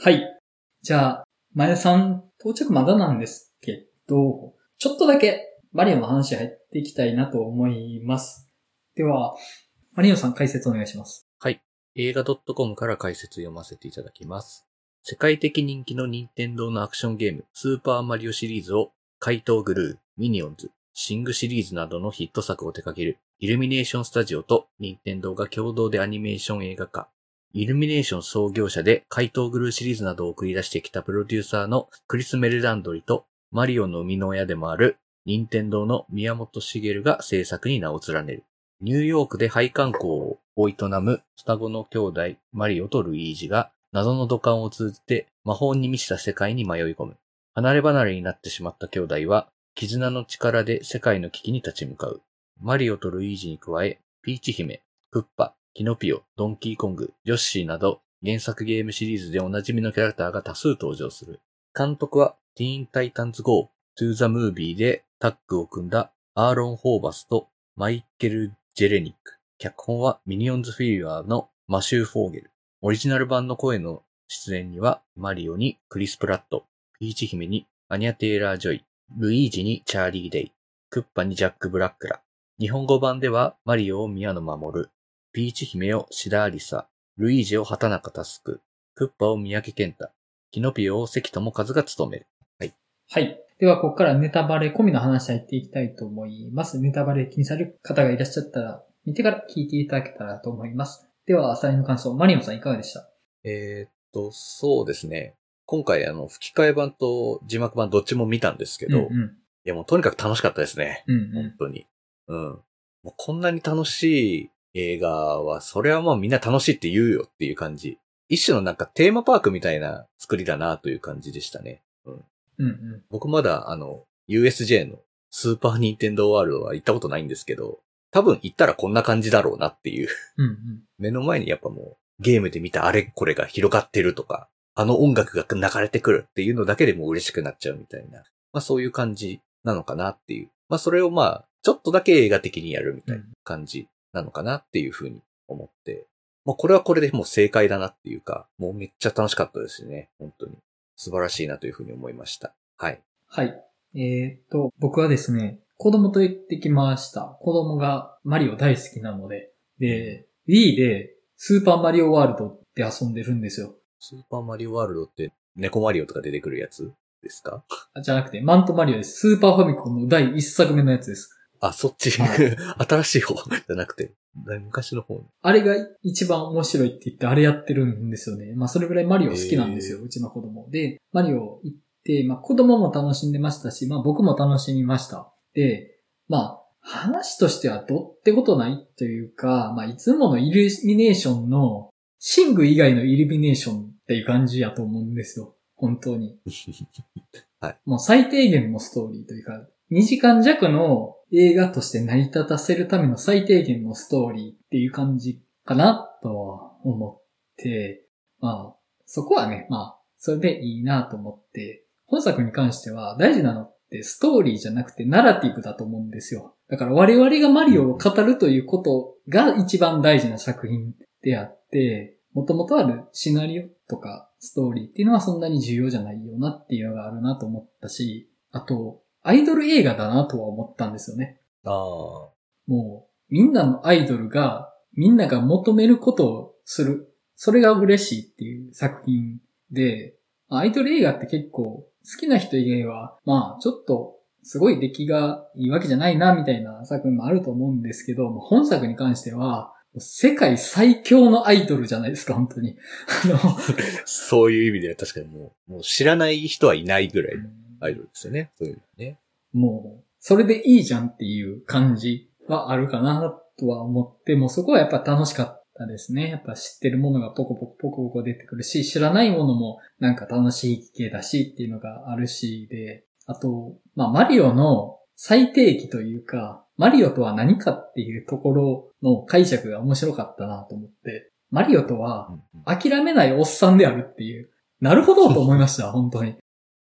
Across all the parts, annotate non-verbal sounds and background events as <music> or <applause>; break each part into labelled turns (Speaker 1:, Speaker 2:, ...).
Speaker 1: はい。じゃあ、前田さん、到着まだなんですけど、ちょっとだけマリオの話入っていきたいなと思います。では、マリオさん解説お願いします。
Speaker 2: 映画 .com から解説読ませていただきます。世界的人気の任天堂のアクションゲーム、スーパーマリオシリーズを、怪盗グルー、ミニオンズ、シングシリーズなどのヒット作を手掛ける、イルミネーションスタジオと任天堂が共同でアニメーション映画化。イルミネーション創業者で怪盗グルーシリーズなどを送り出してきたプロデューサーのクリス・メルランドリと、マリオの生みの親でもある、任天堂の宮本茂が制作に名を連ねる。ニューヨークで配管工を営む双子の兄弟マリオとルイージが謎の土管を通じて魔法に満ちた世界に迷い込む。離れ離れになってしまった兄弟は絆の力で世界の危機に立ち向かう。マリオとルイージに加え、ピーチ姫、クッパ、キノピオ、ドンキーコング、ヨッシーなど原作ゲームシリーズでおなじみのキャラクターが多数登場する。監督はティーンタイタンズ GO、トゥーザムービーでタッグを組んだアーロン・ホーバスとマイケル・ジェレニック。脚本はミニオンズフィギュアのマシュー・フォーゲル。オリジナル版の声の出演には、マリオにクリス・プラット、ピーチ姫にアニャ・テイラー・ジョイ、ルイージにチャーリー・デイ、クッパにジャック・ブラックら。日本語版では、マリオを宮野守、ピーチ姫をシダ・アリサ、ルイージを畑中タスク、クッパを三宅健太、キノピオを関智一が務める。
Speaker 1: はい。では、ここからネタバレ込みの話入っていきたいと思います。ネタバレ気にされる方がいらっしゃったら、見てから聞いていただけたらと思います。では、最後の感想、マリオンさんいかがでした
Speaker 2: えーっと、そうですね。今回、あの、吹き替え版と字幕版どっちも見たんですけ
Speaker 1: う
Speaker 2: ど、い
Speaker 1: ん
Speaker 2: やもうとにかく楽しかったですね。
Speaker 1: うん。うん
Speaker 2: 本
Speaker 1: う
Speaker 2: 当に。うん。もうこんなに楽しい映画は、それはまあみんな楽しいって言うよっていう感じ。一種のなんかテーマパークみたいな作りだなという感じでしたね。
Speaker 1: ん。うんうん。
Speaker 2: 僕まだあの、USJ のスーパーニンテンドーワールドは行ったことないんですけど、多分行ったらこんな感じだろうなっていう
Speaker 1: うんうん。
Speaker 2: 目の前にやっぱもうゲームで見たあれこれが広がってるとか、あの音楽が流れてくるっていうのだけでもう嬉しくなっちゃうみたいな。まあそういう感じなのかなっていう。まあそれをまあ、ちょっとだけ映画的にやるみたいな感じなのかなっていうふうに思って。まあこれはこれでもう正解だなっていうか、もうめっちゃ楽しかったですね。本当に。素晴らしいなというふうに思いました。はい。
Speaker 1: はい。えーっと、僕はですね、子供と行ってきました。子供がマリオ大好きなので、で、Wii でスーパーマリオワールドって遊んでるんですよ。
Speaker 2: スーパーマリオワールドって猫マリオとか出てくるやつですか
Speaker 1: あじゃなくて、マントマリオです。スーパーファミコンの第1作目のやつです。
Speaker 2: あ、そっち、
Speaker 1: は
Speaker 2: <laughs> 新しい方じゃなくて、だいぶ昔の方ね
Speaker 1: あれが一番面白いって言って、あれやってるんですよね。まあ、それぐらいマリオ好きなんですよ、うちの子供。で、マリオ行って、まあ、子供も楽しんでましたし、まあ、僕も楽しみました。で、まあ、話としてはどってことないというか、まあ、いつものイルミネーションの、シング以外のイルミネーションっていう感じやと思うんですよ。本当に。
Speaker 2: はい
Speaker 1: もう最低限のストーリーというか、2時間弱の映画として成り立たせるための最低限のストーリーっていう感じかなとは思って、まあ、そこはね、まあ、それでいいなと思って、本作に関しては大事なのってストーリーじゃなくてナラティブだと思うんですよ。だから我々がマリオを語るということが一番大事な作品であって、元々あるシナリオとかストーリーっていうのはそんなに重要じゃないよなっていうのがあるなと思ったし、あと、アイドル映画だなとは思ったんですよね。
Speaker 2: <laughs> ああ。
Speaker 1: もう、みんなのアイドルが、みんなが求めることをする。それが嬉しいっていう作品で、アイドル映画って結構、好きな人以外は、まあ、ちょっと、すごい出来がいいわけじゃないな、みたいな作品もあると思うんですけど、もう本作に関しては、世界最強のアイドルじゃないですか、本当に。あの、
Speaker 2: そういう意味では確かにもう、もう知らない人はいないぐらいのアイドルですよね。そういうのね。
Speaker 1: もう、それでいいじゃんっていう感じはあるかなとは思って、もうそこはやっぱ楽しかったですね。やっぱ知ってるものがポコポコポコポコ出てくるし、知らないものもなんか楽しい系だしっていうのがあるしで、あと、まあマリオの最定義というか、マリオとは何かっていうところの解釈が面白かったなと思って、マリオとは
Speaker 2: うん
Speaker 1: 諦めないおっさんであるっていう、なるほどと思いました、本当に。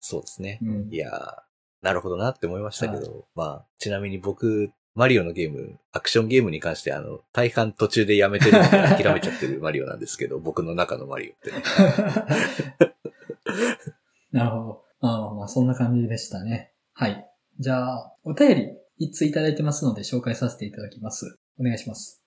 Speaker 2: そうですね。
Speaker 1: うん
Speaker 2: いやー、なるほどなって思いましたけど、まあ、ちなみに僕、マリオのゲーム、アクションゲームに関して、あの、大半途中でやめてるので諦めちゃってるマリオなんですけど、僕の中のマリオって。
Speaker 1: <laughs> あ、そんな感じでしたね。はい。じゃあ、お便り、一通いただいてますので紹介させていただきます。お願いします。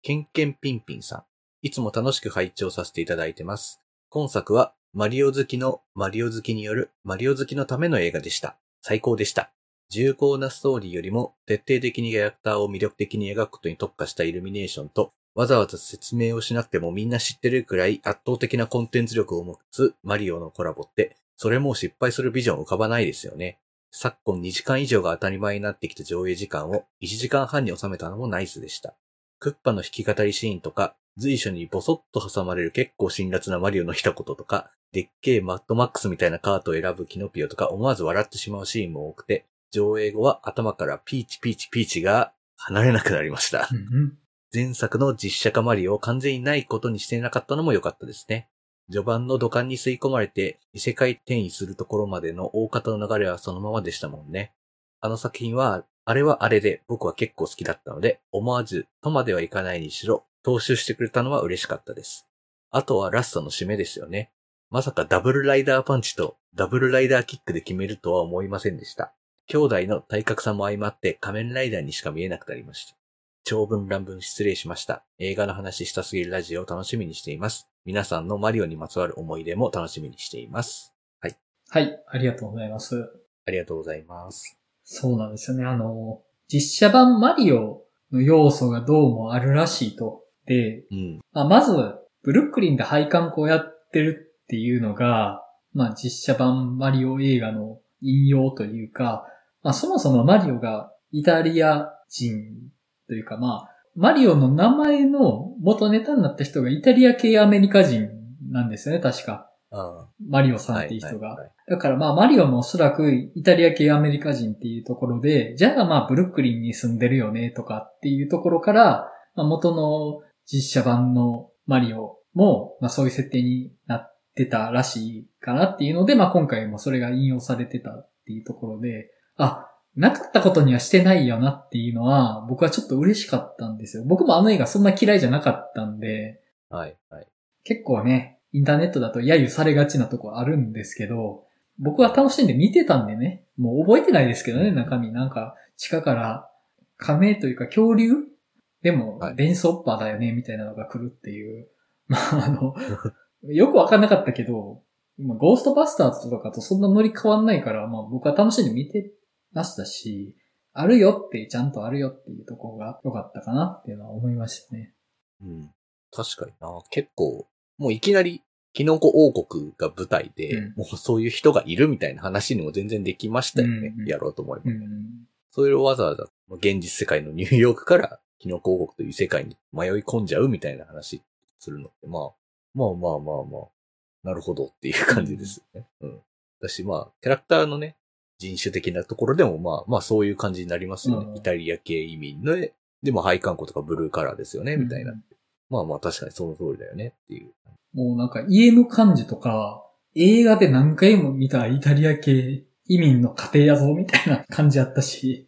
Speaker 2: ケンケンピンピンさん。いつも楽しく拝聴させていただいてます。今作はマリオ好きのマリオ好きによるマリオ好きのための映画でした。最高でした。重厚なストーリーよりも徹底的にキャラクターを魅力的に描くことに特化したイルミネーションと、わざわざ説明をしなくてもみんな知ってるくらい圧倒的なコンテンツ力を持つマリオのコラボって、それも失敗するビジョン浮かばないですよね。昨今2時間以上が当たり前になってきた上映時間を1時間半に収めたのもナイスでした。クッパの弾き語りシーンとか、随所にボソッと挟まれる結構辛辣なマリオの一言とか、でっけえマッドマックスみたいなカートを選ぶキノピオとか思わず笑ってしまうシーンも多くて、上映後は頭からピーチピーチピーチが離れなくなりました
Speaker 1: う。んうん。
Speaker 2: 前作の実写化マリオを完全にないことにしていなかったのも良かったですね。序盤の土管に吸い込まれて異世界転移するところまでの大方の流れはそのままでしたもんね。あの作品は、あれはあれで僕は結構好きだったので、思わずとまではいかないにしろ、踏襲してくれたのは嬉しかったです。あとはラストの締めですよね。まさかダブルライダーパンチとダブルライダーキックで決めるとは思いませんでした。兄弟の体格差も相まって仮面ライダーにしか見えなくなりました。長文乱文失礼しました。映画の話したすぎるラジオを楽しみにしています。皆さんのマリオにまつわる思い出も楽しみにしています。
Speaker 1: はい、ありがとうございます。
Speaker 2: ありがとうございます。
Speaker 1: そうなんですよね。あの、実写版マリオの要素がどうもあるらしいと。で、
Speaker 2: うん。
Speaker 1: まあ、まず、ブルックリンで配管工やってるっていうのが、まあ、実写版マリオ映画の引用というか、まあ、そもそもマリオがイタリア人というか、まあ、マリオの名前の元ネタになった人がイタリア系アメリカ人なんですよね、確か。
Speaker 2: あ
Speaker 1: マリオ
Speaker 2: あ
Speaker 1: さんっていう人が
Speaker 2: は。い
Speaker 1: だからまあマリオもおそらくイタリア系アメリカ人っていうところで、じゃあまあブルックリンに住んでるよねとかっていうところから、まあ、元の実写版のマリオも、まあそういう設定になってたらしいかなっていうので、まあ今回もそれが引用されてたっていうところで、あ、なかったことにはしてないよなっていうのは、僕はちょっと嬉しかったんですよ。僕もあの映画そんな嫌いじゃなかったんで、
Speaker 2: はい。はい。
Speaker 1: 結構ね、インターネットだと揶揄されがちなとこあるんですけど、僕は楽しんで見てたんでね、もう覚えてないですけどね、中身。なんか、地下から、亀というか恐竜でも
Speaker 2: は、い
Speaker 1: 電装オッパーだよね、みたいなのが来るっていう。 <laughs> まあ、あの、よくわかんなかったけど、まあゴーストバスターズとかとそんなノリ変わんないから、まあ僕は楽しんで見てましたし、あるよって、ちゃんとあるよっていうところが良かったかなっていうのは思いましたね。
Speaker 2: うん。確かにな。結構、もういきなり、キノコ王国が舞台で、
Speaker 1: うん
Speaker 2: もうそういう人がいるみたいな話にも全然できましたよね。
Speaker 1: うんうん
Speaker 2: やろうと思えば。
Speaker 1: うん。
Speaker 2: それをわざわざ現実世界のニューヨークからキノコ王国という世界に迷い込んじゃうみたいな話するのって、まあ、まあまあまあまあ、なるほどっていう感じですよね。うん。だしまあ、キャラクターのね、人種的なところでもまあまあそういう感じになりますよね。
Speaker 1: うん
Speaker 2: イタリア系移民の、でも配管庫とかブルーカラーですよね、みたいな。
Speaker 1: うん
Speaker 2: まあまあ確かにその通りだよねっていう。
Speaker 1: もうなんか家の感じとか、映画で何回も見たイタリア系移民の家庭やぞみたいな感じあったし、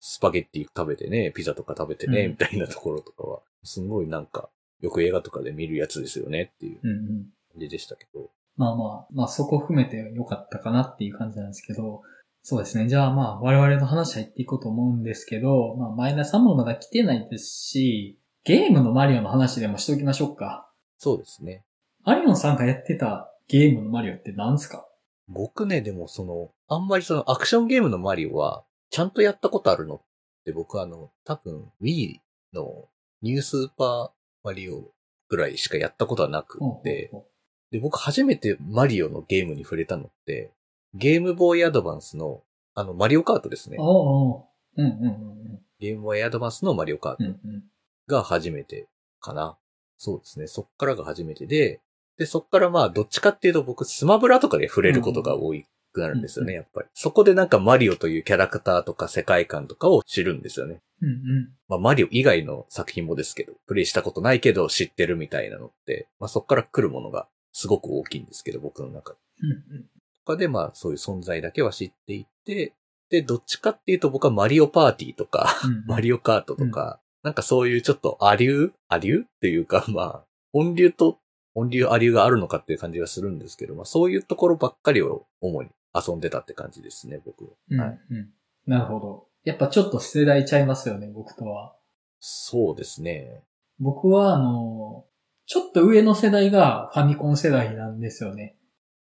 Speaker 2: スパゲッティ食べてね、ピザとか食べてね、
Speaker 1: うん
Speaker 2: みたいなところとかは、すごいなんか、よく映画とかで見るやつですよねっていう
Speaker 1: うんうん、
Speaker 2: 感じでしたけど。
Speaker 1: まあまあ、まあそこ含めて良かったかなっていう感じなんですけど、そうですね。じゃあまあ我々の話入っていこうと思うんですけど、まあマイナーさんもまだ来てないですし、ゲームのマリオの話でもしておきましょうか。
Speaker 2: そうですね。
Speaker 1: マリオンさんがやってたゲームのマリオって何すか
Speaker 2: 僕ね、でもその、あんまりそのアクションゲームのマリオは、ちゃんとやったことあるのって僕あの、多分 Wii のニュースーパーマリオぐらいしかやったことはなくって、
Speaker 1: ほうほ
Speaker 2: で、僕初めてマリオのゲームに触れたのって、ゲームボーイアドバンスの、あの、マリオカートですね
Speaker 1: う。ほうああ、うんうんうん
Speaker 2: ゲームボーイアドバンスのマリオカー
Speaker 1: うん。う
Speaker 2: ト
Speaker 1: んうん。
Speaker 2: が初めてかな。そうですね。そっからが初めてで、で、そっからまあ、どっちかっていうと僕、スマブラとかで触れることが多くなるんですよね、やっぱり。そこでなんかマリオというキャラクターとか世界観とかを知るんですよね。
Speaker 1: うんうん。
Speaker 2: まあ、マリオ以外の作品もですけど、プレイしたことないけど知ってるみたいなのって、まあ、そっから来るものがすごく大きいんですけど、僕の中で
Speaker 1: うんうん
Speaker 2: とかで、まあ、そういう存在だけは知っていて、で、どっちかっていうと僕はマリオパーティーとか、
Speaker 1: うんうん。
Speaker 2: マリオカートとか、なんかそういうちょっとアリューアリューっていうか、 <laughs> まあ、音流と、音流アリューがあるのかっていう感じがするんですけど、まあそういうところばっかりを主に遊んでたって感じですね、僕は。
Speaker 1: うん、
Speaker 2: はい
Speaker 1: うん。なるほど。やっぱちょっと世代ちゃいますよね、僕とは。
Speaker 2: そうですね。
Speaker 1: 僕は、あの、ちょっと上の世代がファミコン世代なんですよね。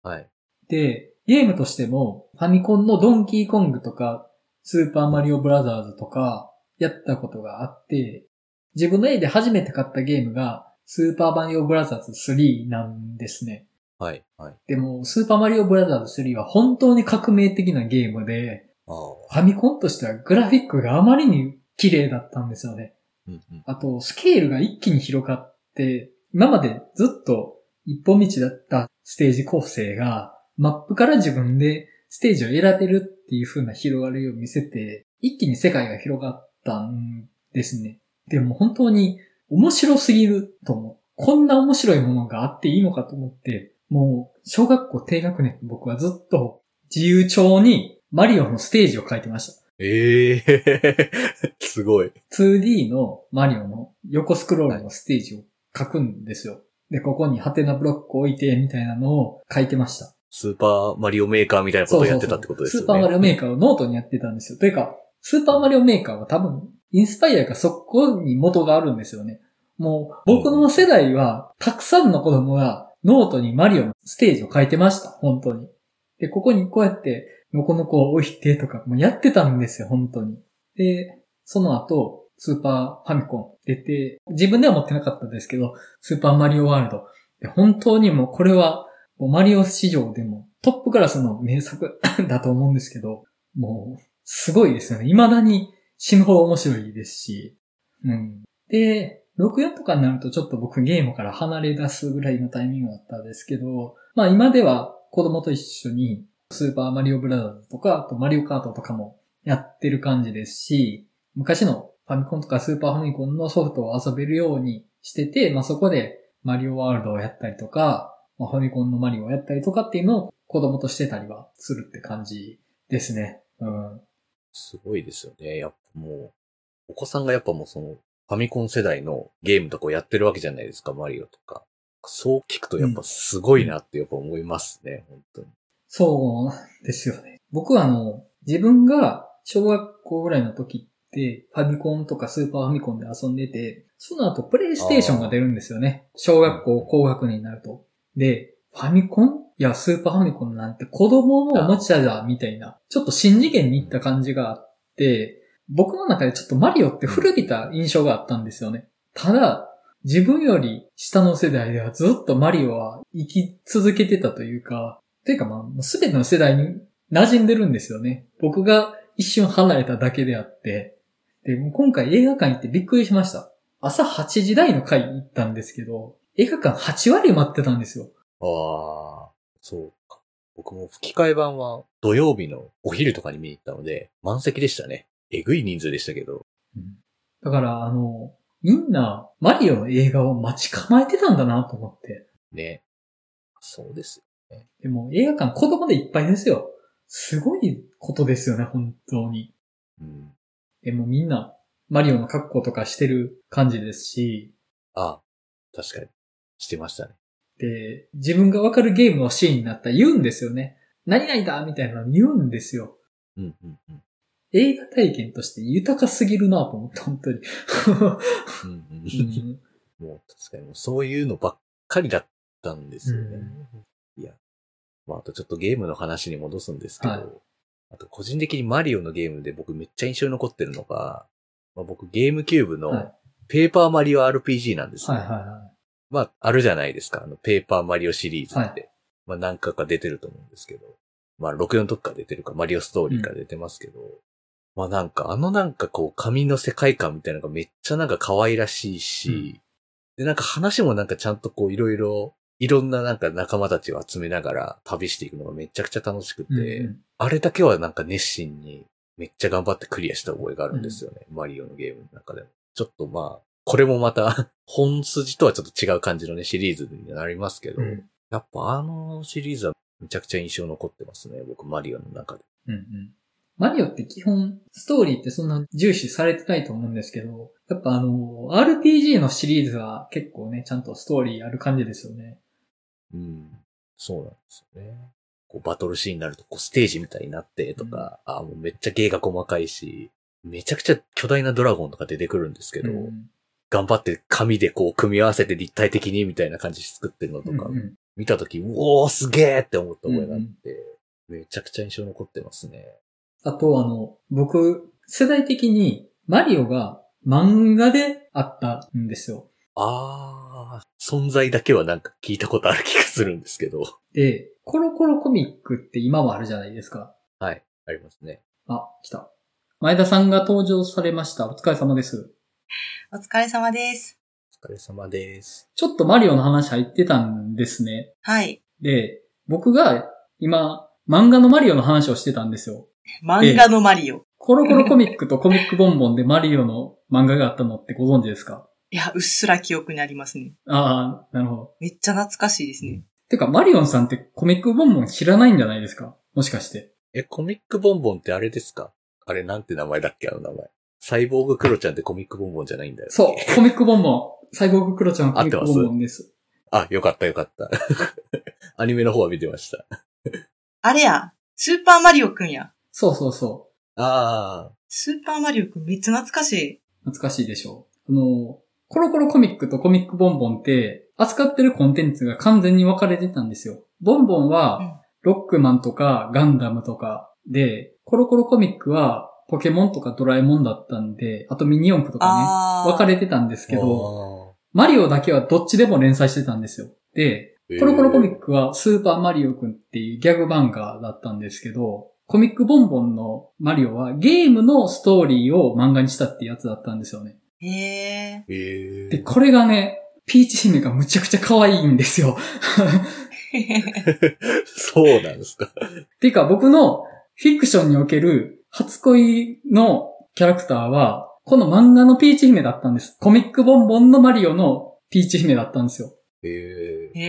Speaker 2: はい。
Speaker 1: で、ゲームとしても、ファミコンのドンキーコングとか、スーパーマリオブラザーズとか、やったことがあって、自分の家で初めて買ったゲームが、スーパーマリオブラザーズ3なんですね。
Speaker 2: はい。はい。
Speaker 1: でも、スーパーマリオブラザーズ3は本当に革命的なゲームで、
Speaker 2: ああ。
Speaker 1: ファミコンとしてはグラフィックがあまりに綺麗だったんですよね。
Speaker 2: うんうん。
Speaker 1: あと、スケールが一気に広がって、今までずっと一本道だったステージ構成が、マップから自分でステージを選べるっていう風な広がりを見せて、一気に世界が広がったんですね。でも本当に面白すぎると思う。こんな面白いものがあっていいのかと思って、もう小学校低学年僕はずっと自由帳にマリオのステージを書いてました。
Speaker 2: ええ <laughs> すごい。
Speaker 1: 2D のマリオの横スクロールのステージを書くんですよ。で、ここにハテナブロックを置いて、みたいなのを書いてました。
Speaker 2: スーパーマリオメーカーみたいなことをやってたってことですよね。
Speaker 1: スーパーマリオメー
Speaker 2: カ
Speaker 1: カーをノートにやってたんですよ。というか、スーパーマリオメーカーは多分、インスパイアがそこに元があるんですよね。もう、僕の世代は、たくさんの子供がノートにマリオのステージを書いてました。本当に。で、ここにこうやって、のこのこを置いてとか、もうやってたんですよ、本当に。で、その後、スーパーファミコン出て、自分では持ってなかったんですけど、スーパーマリオワールド。で本当にもうこれは、もうマリオ史上でもトップクラスの名作 <coughs> だと思うんですけど、もう、すごいですよね。未だに死ぬほど面白いですし。うん。で、64とかになるとちょっと僕ゲームから離れ出すぐらいのタイミングだったんですけど、まあ今では子供と一緒にスーパーマリオブラザーズとか、あとマリオカートとかもやってる感じですし、昔のファミコンとかスーパーファミコンのソフトを遊べるようにしてて、まあそこでマリオワールドをやったりとか、まあ、ファミコンのマリオをやったりとかっていうのを子供としてたりはするって感じですね。うん。
Speaker 2: すごいですよね。やっぱもう、お子さんがやっぱもうその、ファミコン世代のゲームとかをやってるわけじゃないですか、マリオとか。そう聞くとやっぱすごいなってやっぱ思いますね、本当に。
Speaker 1: そうなんですよね。僕はあの、自分が小学校ぐらいの時って、ファミコンとかスーパーファミコンで遊んでて、その後プレイステーションが出るんですよね。小学校高学年になると。で、ファミコンいや、スーパーファミコンなんて子供のおもちゃだ、みたいな。ちょっと新次元に行った感じがあって、僕の中でちょっとマリオって古びた印象があったんですよね。ただ、自分より下の世代ではずっとマリオは生き続けてたというか、というかまあ、すべての世代に馴染んでるんですよね。僕が一瞬離れただけであって。で、もう今回映画館行ってびっくりしました。朝8時台の回行ったんですけど、映画館8割埋まってたんですよ。
Speaker 2: ああ、そうか。僕も吹き替え版は土曜日のお昼とかに見に行ったので、満席でしたね。えぐい人数でしたけど。
Speaker 1: だから、あの、みんな、マリオの映画を待ち構えてたんだなと思って。
Speaker 2: ね。そうですよ。
Speaker 1: でも、映画館子供でいっぱいですよ。すごいことですよね、本当に。
Speaker 2: うん。
Speaker 1: でもみんな、マリオの格好とかしてる感じですし、
Speaker 2: ああ、確かに。してましたね。
Speaker 1: で、自分がわかるゲームのシーンになったら言うんですよね。何々だみたいなの言うんですよ。
Speaker 2: うんうんうん。
Speaker 1: 映画体験として豊かすぎるなと思って、本当に。 <laughs>
Speaker 2: うんうん
Speaker 1: うん
Speaker 2: もう確かにもうそういうのばっかりだったんですよね。いや。まああとちょっとゲームの話に戻すんですけど、
Speaker 1: はい
Speaker 2: あと個人的にマリオのゲームで僕めっちゃ印象に残ってるのが、まあ、僕ゲームキューブ
Speaker 1: はい
Speaker 2: のペーパーマリオ RPG なんです
Speaker 1: は
Speaker 2: ね。
Speaker 1: いはいは
Speaker 2: まああるじゃないですか、あのペーパーマリオシリーズって。まあ何回か出てると思うんですけど、まあ64とか出てるか、マリオストーリーから出てますけど、まあなんかあのなんかこう紙の世界観みたいなのがめっちゃなんか可愛らしいし、
Speaker 1: うん
Speaker 2: でなんか話もなんかちゃんとこういろいろ、いろんななんか仲間たちを集めながら旅していくのがめちゃくちゃ楽しくて、
Speaker 1: い。うんうん
Speaker 2: あれだけはなんか熱心にめっちゃ頑張ってクリアした覚えがあるんですよね。マリオのゲームの中でも。ちょっとまあ、これもまた <laughs> 本筋とはちょっと違う感じのね、シリーズになりますけど、
Speaker 1: うん
Speaker 2: やっぱあのシリーズはめちゃくちゃ印象残ってますね。僕、マリオの中で。
Speaker 1: うんうん。マリオって基本、ストーリーってそんな重視されてないと思うんですけど、やっぱあの、RPG のシリーズは結構ね、ちゃんとストーリーある感じですよね。
Speaker 2: うん。そうなんですよね。こうバトルシーンになると、こうステージみたいになってとか、あーもうめっちゃ芸が細かいし、めちゃくちゃ巨大なドラゴンとか出てくるんですけど、
Speaker 1: うん
Speaker 2: 頑張って紙でこう組み合わせて立体的にみたいな感じで作ってるのとか、
Speaker 1: うんうん
Speaker 2: 見たとき、うおーすげーって思った覚えがあって、めちゃくちゃ印象残ってますね。
Speaker 1: あと、あの、僕、世代的にマリオが漫画であったんですよ。
Speaker 2: あー、存在だけはなんか聞いたことある気がするんですけど。
Speaker 1: で、コロコロコミックって今もあるじゃないですか。
Speaker 2: <laughs> はい、ありますね。
Speaker 1: あ、来た。前田さんが登場されました。お疲れ様です。
Speaker 3: お疲れ様です。
Speaker 2: お疲れ様です。
Speaker 1: ちょっとマリオの話入ってたんですね。
Speaker 3: はい。
Speaker 1: で、僕が今、漫画のマリオの話をしてたんですよ。
Speaker 3: 漫画のマリオ。
Speaker 1: コロコロコミックとコミックボンボンでマリオの漫画があったのってご存知ですか
Speaker 3: いや、うっすら記憶にありますね。
Speaker 1: ああ、なるほど。
Speaker 3: めっちゃ懐かしいですね。
Speaker 1: てか、マリオンさんってコミックボンボン知らないんじゃないですかもしかして。
Speaker 2: え、コミックボンボンってあれですかあれなんて名前だっけあの名前。サイボーグクロちゃんってコミックボンボンじゃないんだよ。
Speaker 1: そう、コミックボンボン。サイボーグクロちゃんのコミックボンボンです。
Speaker 2: あ、よかったよかった。 <laughs> アニメの方は見てました。
Speaker 3: あれや、スーパーマリオくんや。
Speaker 1: そうそうそ
Speaker 2: あ
Speaker 3: スーパーマリオくんめっちゃ懐かしい。
Speaker 1: う。懐かしいでしょう。あの、コロコロコミックとコミックボンボンって、扱ってるコンテンツが完全に分かれてたんですよ。ボンボンは、ロックマンとかガンダムとかで、コロコロコミックは、ポケモンとかドラえもんだったんで、あとミニ四駆とかね、
Speaker 3: あー。
Speaker 1: 分かれてたんです
Speaker 2: ーあー。
Speaker 1: けど、マリオだけはどっちでも連載してたんですよ。で、
Speaker 2: えー
Speaker 1: コロコロコミックはスーパーマリオくんっていうギャグ漫画だったんですけど、コミックボンボンのマリオはゲームのストーリーを漫画にしたってやつだったんですよね。
Speaker 3: へえ。
Speaker 2: え
Speaker 1: で、これがね、ピーチ姫がむちゃくちゃ可愛いんですよ。 <laughs>
Speaker 2: ー、そうなんですか。
Speaker 1: ていうか僕のフィクションにおける初恋のキャラクターは、この漫画のピーチ姫だったんです。コミックボンボンのマリオのピーチ姫だったんですよ。
Speaker 2: えー、
Speaker 3: へ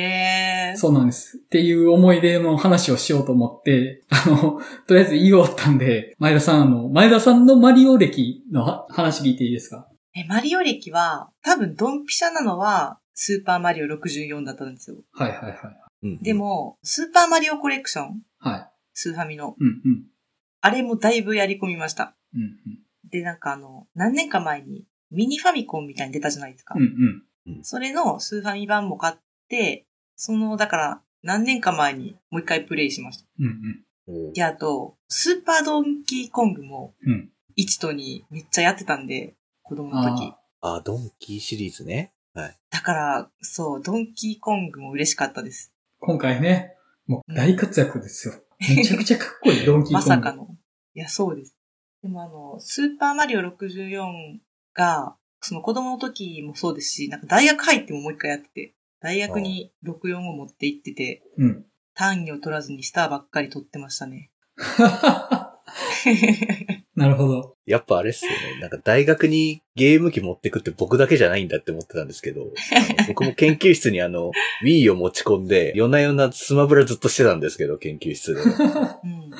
Speaker 3: え。
Speaker 1: そうなんです。っていう思い出の話をしようと思って、 <laughs> あの、とりあえず言い終わったんで、前田さん、あの、前田さんのマリオ歴のは話聞いていいですか
Speaker 3: え、マリオ歴は、多分ドンピシャなのは、スーパーマリオ64だったんですよ。
Speaker 1: はいはいはい。
Speaker 2: うん
Speaker 3: で、も、スーパーマリオコレクション
Speaker 1: はい。
Speaker 3: スーファミの。
Speaker 1: うんうん。
Speaker 3: あれもだいぶやり込みました。
Speaker 1: うん
Speaker 3: で、なんかあの、何年か前に、ミニファミコンみたいに出たじゃないですか
Speaker 1: うん。うん。うん。
Speaker 3: それのスーファミ版も買って、その、だから、何年か前にもう一回プレイしました。
Speaker 1: うんうん。
Speaker 2: おー
Speaker 3: で、あと、スーパードンキーコングも
Speaker 1: うん、
Speaker 3: 1と2めっちゃやってたんで、子供の時
Speaker 1: あ。
Speaker 2: あ、ドンキーシリーズね。はい。
Speaker 3: だから、そう、ドンキーコングも嬉しかったです。
Speaker 1: 今回ね、もう大活躍ですよ。めちゃくちゃかっこいい、ドンキーコング。
Speaker 3: <laughs> まさかの。いや、そうです。でもあの、スーパーマリオ64が、その子供の時もそうですし、なんか大学入ってももう一回やってて、大学に64を持って行ってて、
Speaker 1: うん。 <laughs>
Speaker 3: 単位を取らずにスターばっかり取ってましたね。
Speaker 1: なるほど。
Speaker 2: やっぱあれっす
Speaker 1: <laughs>
Speaker 2: よね。なんか大学にゲーム機持ってくって僕だけじゃないんだって思ってたんですけど、
Speaker 1: <laughs>
Speaker 2: あの僕も研究室にあの、Wii を持ち込んで、夜な夜なスマブラずっとしてたんですけど、研究
Speaker 1: <laughs>
Speaker 2: 室で。
Speaker 3: うん。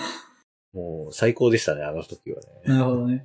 Speaker 2: もう最高でしたね、あの時はね。
Speaker 1: なるほどね。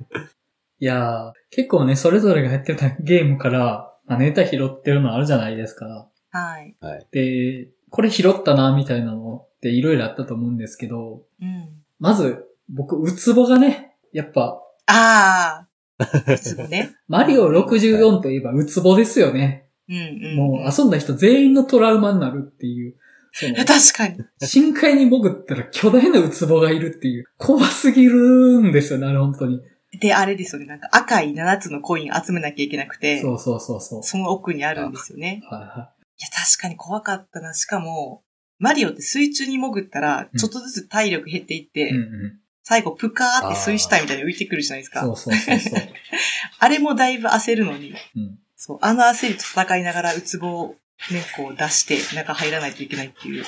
Speaker 1: いやー、結構ね、それぞれがやってたゲームから、まあ、ネタ拾ってるのあるじゃないですか。
Speaker 3: はい。
Speaker 1: で、これ拾ったな、みたいなのっていろいろあったと思うんですけど、
Speaker 3: うん。
Speaker 1: まず、僕、ウツボがね、やっぱ、
Speaker 3: ああ。いつもね。
Speaker 1: マリオ64といえばウツボですよね。
Speaker 3: うんうん。
Speaker 1: もう遊んだ人全員のトラウマになるっていう。その
Speaker 3: いや確かに。
Speaker 1: 深海に潜ったら巨大なウツボがいるっていう。怖すぎるんですよね、あれ本当に。
Speaker 3: で、あれですよね。なんか赤い7つのコイン集めなきゃいけなくて、
Speaker 1: そうそうそうそう。
Speaker 3: その奥にあるんですよね。
Speaker 1: はいはい
Speaker 3: や、確かに怖かったな。しかも、マリオって水中に潜ったら、
Speaker 1: うん
Speaker 3: ちょっとずつ体力減っていって、
Speaker 1: い。うんうん。
Speaker 3: 最後プカーって水死体みたいに浮いてくるじゃないですか。
Speaker 1: そ
Speaker 3: あ
Speaker 1: うそうそうそう。
Speaker 3: れもだいぶ焦るのに、
Speaker 1: うん
Speaker 3: そう、あの焦りと戦いながら、ウツボをね、こう出して、中入らないといけないっていう、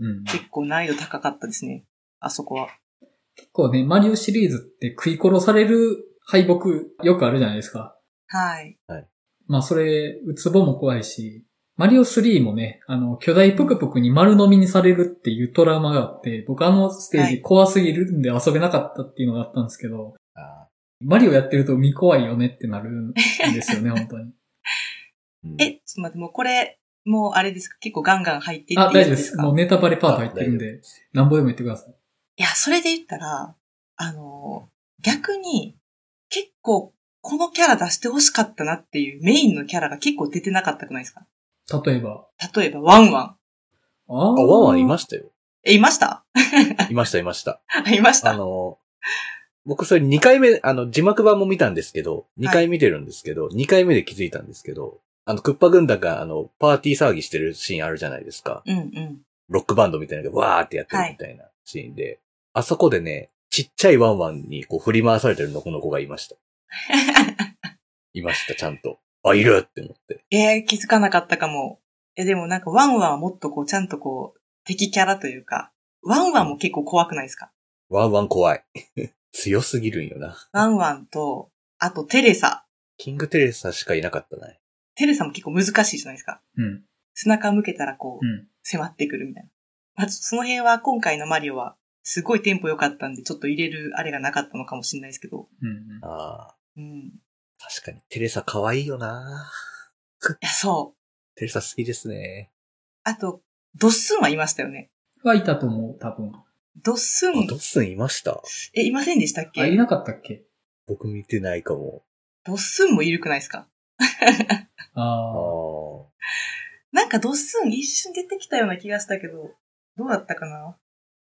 Speaker 1: うん、結
Speaker 3: 結構難易度高かったですね。あそこは。
Speaker 1: 構ね、マリオシリーズって食い殺される敗北よくあるじゃないですか。
Speaker 3: はい。
Speaker 1: まあそれ、ウツボも怖いし、マリオ3もね、あの、巨大ぷくぷくに丸飲みにされるっていうトラウマがあって、僕あのステー
Speaker 3: は
Speaker 1: ジ
Speaker 3: い
Speaker 1: 怖すぎるんで遊べなかったっていうのがあったんですけど、
Speaker 2: あ
Speaker 1: マリオやってると
Speaker 3: <laughs>
Speaker 1: 海怖いよねってなるんですよね、本当に。
Speaker 2: ーうん
Speaker 3: え、ちょっと待って、もうこれ、もうあれですか結構ガンガン入っていってい
Speaker 1: あ、大
Speaker 3: い
Speaker 1: 丈夫
Speaker 3: で
Speaker 1: ですす。
Speaker 3: か
Speaker 1: もうネタバレパート入ってるん
Speaker 2: あ大
Speaker 1: で、何ぼでも言ってください。
Speaker 3: いや、それで言ったら、あの、逆に、結構、このキャラ出して欲しかったなっていうメインのキャラが結構出てなかったくないですか
Speaker 1: 例えば。
Speaker 3: 例えば、ワンワン。
Speaker 1: あ
Speaker 2: あ、
Speaker 1: あ
Speaker 2: ワンワンいま
Speaker 1: し
Speaker 2: したよ。
Speaker 3: え、いました <laughs>
Speaker 2: いました、いました。
Speaker 3: いまし
Speaker 2: あ
Speaker 3: た。
Speaker 2: の、僕それ2回目、あの、字幕版も見たんですけど、2回見てるんですけど、2回目で気づいたんですけど、あの、クッパ軍団が、あの、パーティー騒ぎしてるシーンあるじゃないですか。
Speaker 3: うんうん。 <laughs>
Speaker 2: ロックバンドみたいなのがわーってやってるみたいなシーンで、あそこでね、ちっちゃいワンワンにこう振り回されてるのこの子がいました。いました、ちゃんと。あ、いるって思って。
Speaker 3: えー、気づかなかったかも。え、でもなんか、ワンワンはもっとこう、ちゃんとこう、敵キャラというか、ワンワンも結構怖くないですか
Speaker 2: ワンワン怖い。 <laughs> 強すぎるんよな。
Speaker 3: ワンワンと、あと、テレサ。
Speaker 2: キングテレサしかいなかったね。
Speaker 3: テレサも結構難しいじゃないですか。
Speaker 1: た。うん。
Speaker 3: 背中向けたらこう
Speaker 1: う、ん。
Speaker 3: 迫ってくるみたいな。まあ、ちょっとその辺は今回のマリオはすごいテンポ良かったんで、ちょっと入れるあれがなかったのかもしれないですけど。
Speaker 1: うんうん。
Speaker 2: ああ、
Speaker 3: うん。い
Speaker 2: 確かに。テレサ可愛いよな。
Speaker 3: や、そう。
Speaker 2: テレサ好きですね。
Speaker 3: あと、ドッスンはいましたよね。
Speaker 1: はいたと思う、多分。
Speaker 3: ドッス
Speaker 2: あ、
Speaker 3: ン
Speaker 2: ド、ッスンいました。
Speaker 3: え、いませんでしたっ
Speaker 1: あ、い
Speaker 3: け
Speaker 1: なかったっけ
Speaker 2: 僕見てないかも。
Speaker 3: ドッスンもいるくないですか
Speaker 1: あ
Speaker 2: あ
Speaker 1: あ。
Speaker 2: あ。
Speaker 3: なんかドッスン一瞬出てきたような気がしたけど、どうだったかな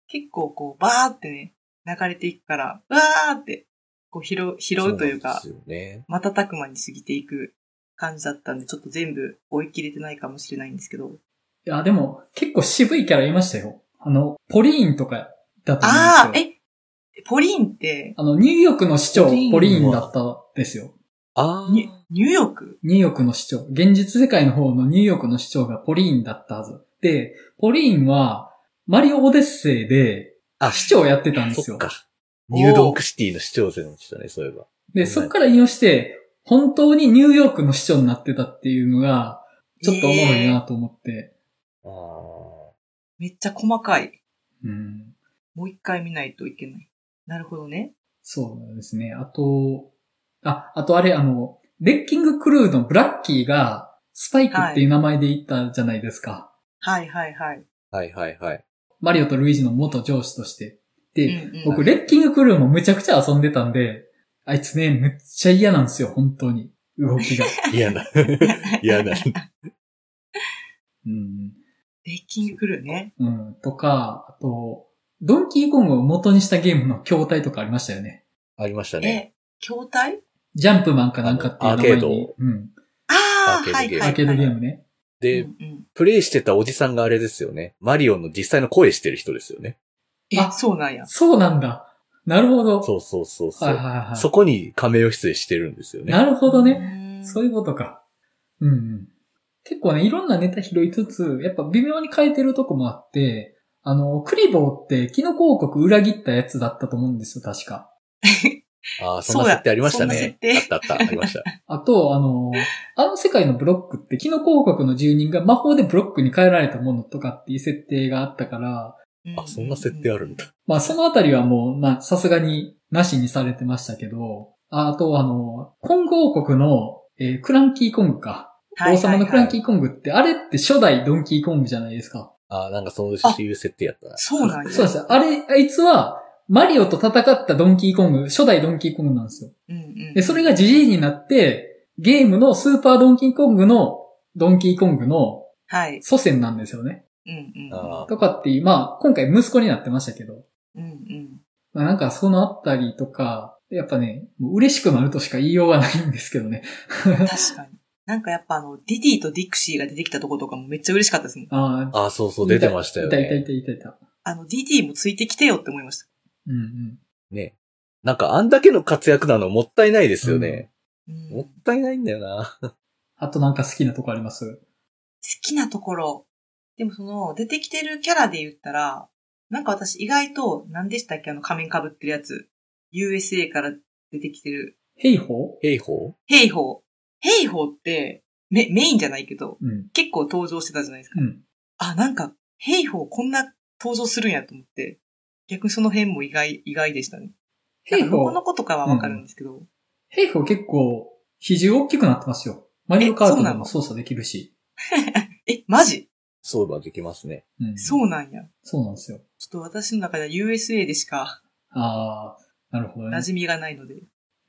Speaker 3: 結構こう、バーってね、流れていくから、うわーって、こう拾う、拾うというか、
Speaker 2: そうなんですよね。
Speaker 3: 瞬く間に過ぎていく感じだったんで、ちょっと全部追い切れてないかもしれないんですけど。
Speaker 1: いや、でも、結構渋いキャラいましたよ。あの、ポリーンとかだと思
Speaker 3: あ
Speaker 1: うん
Speaker 3: あ、
Speaker 1: ですよ。
Speaker 3: え、ポリーンって、
Speaker 1: あの、ニューヨークの市長、
Speaker 2: ポリーンは
Speaker 1: ポリーンだったんですよ。
Speaker 2: あ
Speaker 3: ニュ
Speaker 2: あ。
Speaker 3: ニューヨーク
Speaker 1: ニューヨークの市長、現実世界の方のニューヨークの市長がポリーンだったはず。で、ポリーンは、マリオオデッセイで、
Speaker 2: あ
Speaker 1: 市長をやってたんです
Speaker 2: そっ
Speaker 1: よ。
Speaker 2: か。ニュードークシティの市長選でしたね、そういえば。
Speaker 1: で、そっから引用して、本当にニューヨークの市長になってたっていうのが、ちょっとおもろいなと思って。
Speaker 2: あ
Speaker 3: めっちゃ細かい。
Speaker 1: うん。
Speaker 3: もう一回見ないといけない。なるほどね。
Speaker 1: そうですね。あと、あ、あとあれ、あの、レッキングクルーのブラッキーが、スパイクっていう名前で行ったじゃないですか。
Speaker 3: はいはいはい。
Speaker 2: あ。はいはいはい。
Speaker 1: マリオとルイージの元上司として。で、
Speaker 3: うんうん
Speaker 1: 僕、レッキングクルーもむちゃくちゃ遊んでたんで、あいつね、むっちゃ嫌なんですよ、本当に。動き
Speaker 3: <laughs>
Speaker 1: が。
Speaker 2: <laughs> 嫌な。 <laughs> 嫌な。
Speaker 1: うん。
Speaker 3: レッキングクルーね。
Speaker 1: うん。とか、あと、ドンキーコングを元にしたゲームの筐体とかありましたよね。
Speaker 2: ありましたね。
Speaker 3: え、筐体
Speaker 1: ジャンプマンかなんかっていう名
Speaker 2: あのア
Speaker 1: 前
Speaker 2: ーケード
Speaker 1: に。うん。
Speaker 3: ああ、
Speaker 2: ア
Speaker 3: は
Speaker 2: ー
Speaker 3: い
Speaker 2: ケードゲーム
Speaker 1: ア
Speaker 3: はい。
Speaker 1: ーケードゲー
Speaker 3: ム。
Speaker 1: ムね。
Speaker 2: で、
Speaker 3: うんうん、
Speaker 2: プレイしてたおじさんがあれですよね。マリオの実際の声してる人ですよね。
Speaker 3: え、
Speaker 1: あ
Speaker 3: そうなんや。
Speaker 1: そうなんだ。なるほど。
Speaker 2: そうそうそうそ
Speaker 1: はいは
Speaker 2: う。
Speaker 1: いはい。
Speaker 2: そこに亀を出演してるんですよね。
Speaker 1: なるほどね。
Speaker 3: ね
Speaker 1: そう
Speaker 3: いう
Speaker 1: いうことか。うんうん。結構ね、いろんなネタ拾いつつ、やっぱ微妙に変えてるとこもあって、あの、クリボーってキノコ王国裏切ったやつだったと思うんですよ、確か。
Speaker 2: ああ、そんな設定ありましたね。
Speaker 3: そうや
Speaker 2: あったあった、ありました。
Speaker 1: あと、あの、あの世界のブロックってキノコ王国の住人が魔法でブロックに変えられたものとかっていう設定があったから、
Speaker 3: ううう
Speaker 2: あ、そんな設定あるんだ。。
Speaker 1: まあそのあたりはもう、まあさすがになしにされてましたけど、ああとあの、コング王国の、えークランキーコングか。
Speaker 3: はいはいはい
Speaker 1: 王様のクランキーコングって、あれって初代ドンキーコングじゃないですか。
Speaker 2: ああ、なんかそういう設定やったな。
Speaker 3: そうなんや。
Speaker 1: そうです。あれ、あいつは、マリオと戦ったドンキーコング、初代ドンキーコングなんですよ。
Speaker 3: うんうん。
Speaker 1: で、それがジジイになって、ゲームのスーパードンキーコングの、ドンキーコングの
Speaker 3: はい。
Speaker 1: 祖先なんですよね。
Speaker 3: うんうん。
Speaker 2: あ
Speaker 1: とかっていう、まあ、今回息子になってましたけど、
Speaker 3: うんうん。
Speaker 1: まあなんかそのあたりとか、やっぱね、もう嬉しくなるとしか言いようがないんですけどね。
Speaker 3: 確かに。なんかやっぱあの、ディディとディクシーが出てきたとことかもめっちゃ嬉しかったですもん。
Speaker 1: ああ、
Speaker 2: ああ、そうそう、出てましたよ
Speaker 1: いたい
Speaker 2: ね。
Speaker 1: たいたいたいた。
Speaker 3: あの、ディディもついてきてよって思いました。
Speaker 1: うんうん。
Speaker 2: ね。なんかあんだけの活躍なのもったいないですよね。
Speaker 3: うん
Speaker 2: もったいないんだよな。
Speaker 1: あとなんか好きなとこあります
Speaker 3: 好きなところ。でもその、出てきてるキャラで言ったら、なんか私意外と、何でしたっけあの仮面被ってるやつ。USA から出てきてる。
Speaker 1: ヘイホ
Speaker 2: 兵法
Speaker 3: ヘイホー。ヘイホーって、メ、メインじゃないけど、
Speaker 1: ーうん。
Speaker 3: 結構登場してたじゃないですか。
Speaker 1: うん。
Speaker 3: あ、なんか、ヘイホーこんな登場するんやと思って、逆にその辺も意外、意外でしたね。
Speaker 1: ヘイ
Speaker 3: なんか
Speaker 1: ホ
Speaker 3: こ
Speaker 1: ー
Speaker 3: の。子とかはわかるんですけど、
Speaker 1: ヘイフは結構、比重大きくなってますよ。マリオカートでも
Speaker 3: え
Speaker 1: 操作できるし。
Speaker 3: え、マジ
Speaker 2: そういえばできますね。
Speaker 1: うん。
Speaker 3: そうなんや。
Speaker 1: そうなんですよ。
Speaker 3: ちょっと私の中では USA でしか
Speaker 1: ああ、なるほどね
Speaker 3: 馴。染みがないので。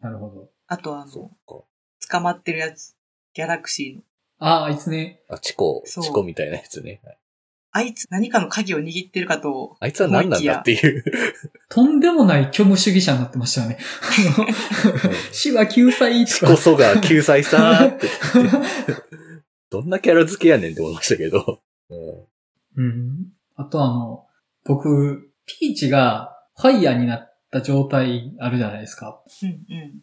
Speaker 1: なるほど。
Speaker 3: あとあの
Speaker 2: そ、っ
Speaker 3: 捕まってるやつ。ギャラクシーの。
Speaker 1: ああ、あいつね。
Speaker 2: か。あ、チコ、
Speaker 3: そう
Speaker 2: チコみたいなやつね。はい
Speaker 3: あいつ何かの鍵を握ってるかと、
Speaker 2: あいつは何なんだっていう。
Speaker 1: とんでもない虚無主義者になってましたよね。あの死は救済
Speaker 2: チ
Speaker 1: と
Speaker 2: コ
Speaker 1: か。
Speaker 2: ソが救済さー
Speaker 1: <laughs>
Speaker 2: って。どんなキャラ付けやねんって思いましたけど。
Speaker 1: う
Speaker 2: うん
Speaker 1: ん。あとあの、僕、ピーチがファイヤーになった状態あるじゃないですか。
Speaker 3: うんうん。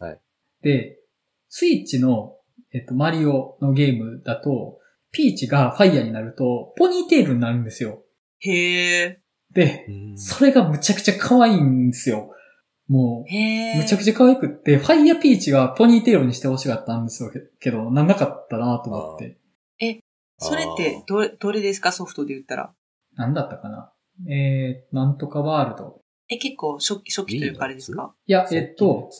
Speaker 1: で、スイッチの、えっと、マリオのゲームだと、ピーチがファイヤーになると、ポニーテールになるんですよ。
Speaker 3: へえ。
Speaker 1: で、それがむちゃくちゃ可愛いんですよ。も
Speaker 3: へ
Speaker 1: う、
Speaker 3: え。
Speaker 1: むちゃくちゃ可愛くって、ファイヤーピーチはポニーテールにしてほしかったんですよけけど、なんなかったなと思って。
Speaker 3: それって、どれ、どれですかソフトで言ったら。
Speaker 1: なんだったかなえー、なんとかワールド。
Speaker 3: え、結構初期、初期というかあれですか
Speaker 1: いや、
Speaker 2: あー
Speaker 1: えっと、、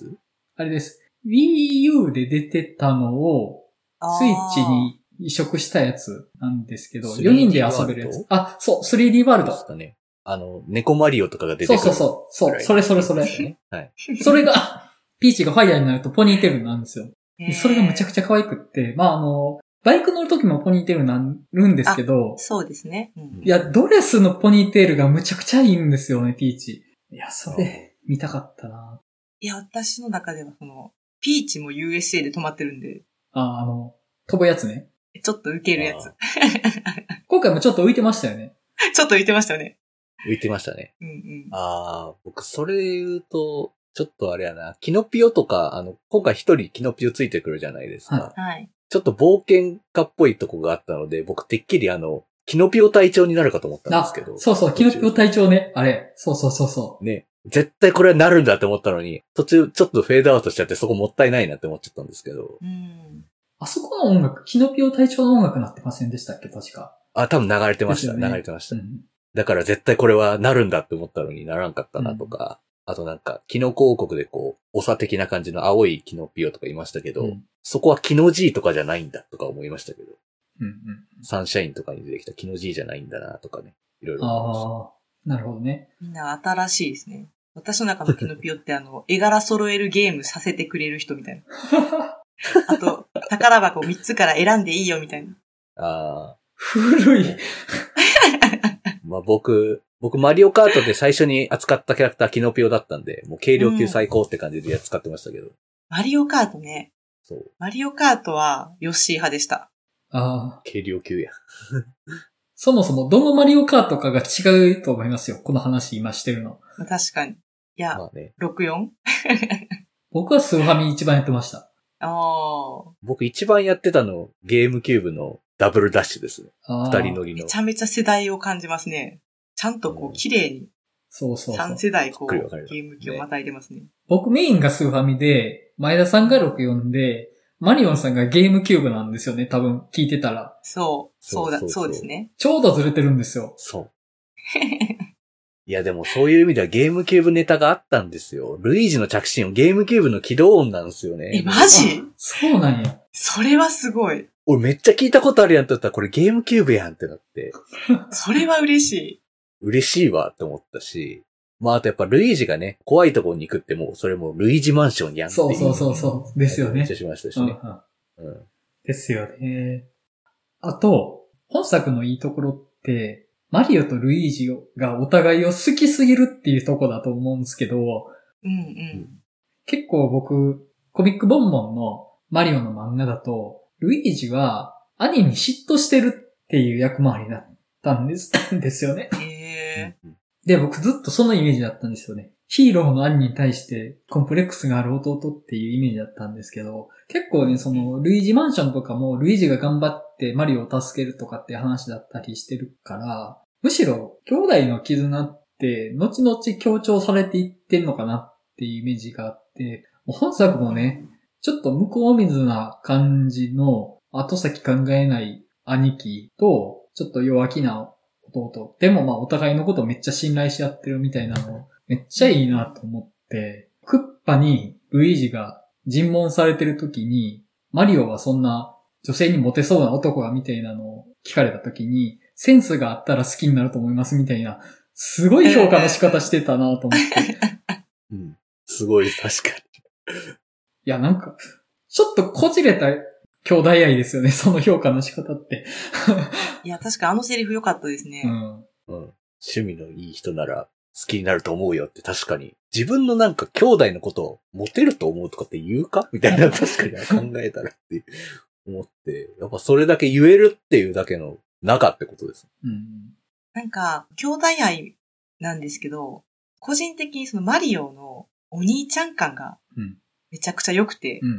Speaker 1: あれです。Wii U で出てたのを、
Speaker 3: あー
Speaker 1: スイッチに移植したやつなんですけど、
Speaker 2: 3D
Speaker 1: 4人で遊べるや
Speaker 2: ワール
Speaker 1: つ。あ、そう、3D ワール
Speaker 2: そうです
Speaker 1: ド。
Speaker 2: かね。あの、猫マリオとかが出てく
Speaker 1: そう
Speaker 2: る。
Speaker 1: そうそう。そう、それそれそれ。。
Speaker 2: <laughs> はい。
Speaker 3: <laughs>
Speaker 1: それが、ピーチがファイヤーになるとポニーテールなんですよ。
Speaker 3: へー
Speaker 1: それがむちゃくちゃ可愛くって、まああの、バイク乗る時もポニーテールになるんですけど、
Speaker 3: そうですね。うん
Speaker 1: いや、ドレスのポニーテールがむちゃくちゃいいんですよね、ピーチ。いや、それ、見たかったな。
Speaker 3: いや、私の中では、その、ピーチも USA で止まってるんで、
Speaker 1: あ、あの、飛ぶやつね。
Speaker 3: ちょっと受けるやつ。
Speaker 1: 今回もちょっと浮いてましたよね。
Speaker 3: <laughs> ちょっと浮いてましたよね。
Speaker 2: 浮いてましたね。
Speaker 3: うんうん。
Speaker 2: ああ、僕、それで言うと、ちょっとあれやな、キノピオとか、あの、今回一人キノピオついてくるじゃないですか。
Speaker 1: は
Speaker 3: はい。
Speaker 2: ちょっと冒険家っぽいとこがあったので、僕、てっきりあの、キノピオ隊長になるかと思ったんで
Speaker 1: あ
Speaker 2: すけど。、
Speaker 1: そうそう、キノピオ隊長ね。あれ。そうそうそうそ
Speaker 2: ね。絶対これはなるんだって思ったのに、途中ちょっとフェードアウトしちゃってそこもったいないなって思っちゃったんですけど。
Speaker 3: うん。
Speaker 1: う。あそこの音楽、キノピオ隊長の音楽なってませんでしたっけ確か。
Speaker 2: あ、多分流れてました。
Speaker 1: ですよね
Speaker 2: 流れてました
Speaker 1: う。ん。
Speaker 2: だから絶対これはなるんだって思ったのにならんかったなとか、あとなんか、キノコ王国でこう、オサ的な感じの青いキノピオとかいましたけど、
Speaker 1: うん
Speaker 2: そこはキノジーとかじゃないんだとか思いましたけど、
Speaker 1: うん
Speaker 2: サンシャインとかに出てきたキノジーじゃないんだなとかね、いろい
Speaker 1: うん。
Speaker 2: ろ思いました。
Speaker 1: ああ、なるほど
Speaker 2: <laughs>
Speaker 1: ね。
Speaker 3: みんな新しいですね。私の中のキノピオって、あの、絵柄揃えるゲームさせてくれる人みたいな。あと、宝箱3つから選んでいいよみたいな。
Speaker 2: あ
Speaker 1: 古い。
Speaker 2: ーまあ僕、僕マリオカートで最初に扱ったキャラクターキノピオだったんで、もう軽量級最高って感じで扱ってましたけど、
Speaker 3: マリオカートね。
Speaker 2: そう、
Speaker 3: マリオカートは、ヨッシー派でした。
Speaker 1: ああ。
Speaker 2: 軽量級や。
Speaker 1: そもそも、どのマリオカートかが違うと思いますよ。この話今してるの。
Speaker 3: まあ確かに。いや、
Speaker 2: まあね、
Speaker 3: 64?
Speaker 1: 僕はスーファミ一番やってました。
Speaker 3: ああ。
Speaker 2: 僕一番やってたの、ゲームキューブのダブルダッシュですね。
Speaker 1: あ
Speaker 2: 二
Speaker 1: ー
Speaker 2: 人乗り
Speaker 3: め
Speaker 2: の。
Speaker 3: ちゃめちゃ世代を感じますね。ちゃんとこ
Speaker 2: うん
Speaker 3: う、綺麗に、
Speaker 1: そうそうそう
Speaker 3: 3。世代こう、
Speaker 2: わかるわかる
Speaker 3: ゲーム機をまたいでますね。
Speaker 1: 僕メインがスーファミで、前田さんが64で、マリオンさんがゲームキューブなんですよね。多分聞いてたら。
Speaker 3: そう、そうだ、
Speaker 2: そ
Speaker 3: そうう
Speaker 2: そうそう
Speaker 3: ですね。
Speaker 1: ちょうどずれてるんですよ。
Speaker 2: そう。いやでもそういう意味ではゲームキューブネタがあったんですよ。ルイージの着信音ゲームキューブの起動音なんですよね。
Speaker 3: え、マジ
Speaker 1: あそうなんや。
Speaker 3: それはすごい。
Speaker 2: 俺めっちゃ聞いたことあるやんとったらこれゲームキューブやんってなって、
Speaker 3: それは嬉しい。
Speaker 2: 嬉しいわって思ったし。まああとやっぱルイージがね、怖いところに行くってもうそれもルイージマンションやんってい
Speaker 1: そうそう
Speaker 2: う。
Speaker 1: そうそう。ですよ
Speaker 2: め
Speaker 1: ね
Speaker 2: っちゃ。しましたし
Speaker 1: うんう
Speaker 2: ね。
Speaker 1: ん
Speaker 2: うん。
Speaker 1: ですよね。あと、本作のいいところって、マリオとルイージがお互いを好きすぎるっていうとこだと思うんですけど、
Speaker 3: うんう
Speaker 2: うん
Speaker 3: ん。
Speaker 1: 結構僕、コミックボンボンのマリオの漫画だと、ルイージは兄に嫉妬してるっていう役回りだったんです、 <laughs> ですよね。
Speaker 3: へえ
Speaker 2: うん
Speaker 1: で、僕ずっとそのイメージだったんですよね。ヒーローの兄に対してコンプレックスがある弟っていうイメージだったんですけど、結構ね、その、ルイージマンションとかも、ルイージが頑張ってマリオを助けるとかって話だったりしてるから、むしろ、兄弟の絆って、後々強調されていってんのかなっていうイメージがあって、もう本作もね、ちょっと向こう水な感じの、後先考えない兄貴と、ちょっと弱気な弟。でもまあお互いのことめっちゃ信頼し合ってるみたいなの、めっちゃいいなと思って、クッパにルイージが尋問されてる時に、マリオはそんな女性にモテそうな男がみたいなのを聞かれた時に、センスがあったら好きになると思いますみたいな、すごい評価の仕方してたなと思って。
Speaker 2: うん。すごい、確か
Speaker 1: いや、なんか、ちょっとこじれた兄弟愛ですよね、その評価の仕方って。
Speaker 3: いや、確かあのセリフ良かったですね。
Speaker 1: うん。
Speaker 2: に。うん。趣味のいい人なら好きになると思うよって確かに。自分のなんか兄弟のことをモテると思うとかって言うかみたいな確かに考えたらって思って、やっぱそれだけ言えるっていうだけの中ってことです。
Speaker 1: うん。
Speaker 3: なんか、兄弟愛なんですけど、個人的にそのマリオのお兄ちゃん感が
Speaker 1: うん
Speaker 3: めちゃくちゃ良くて、
Speaker 1: うんうんう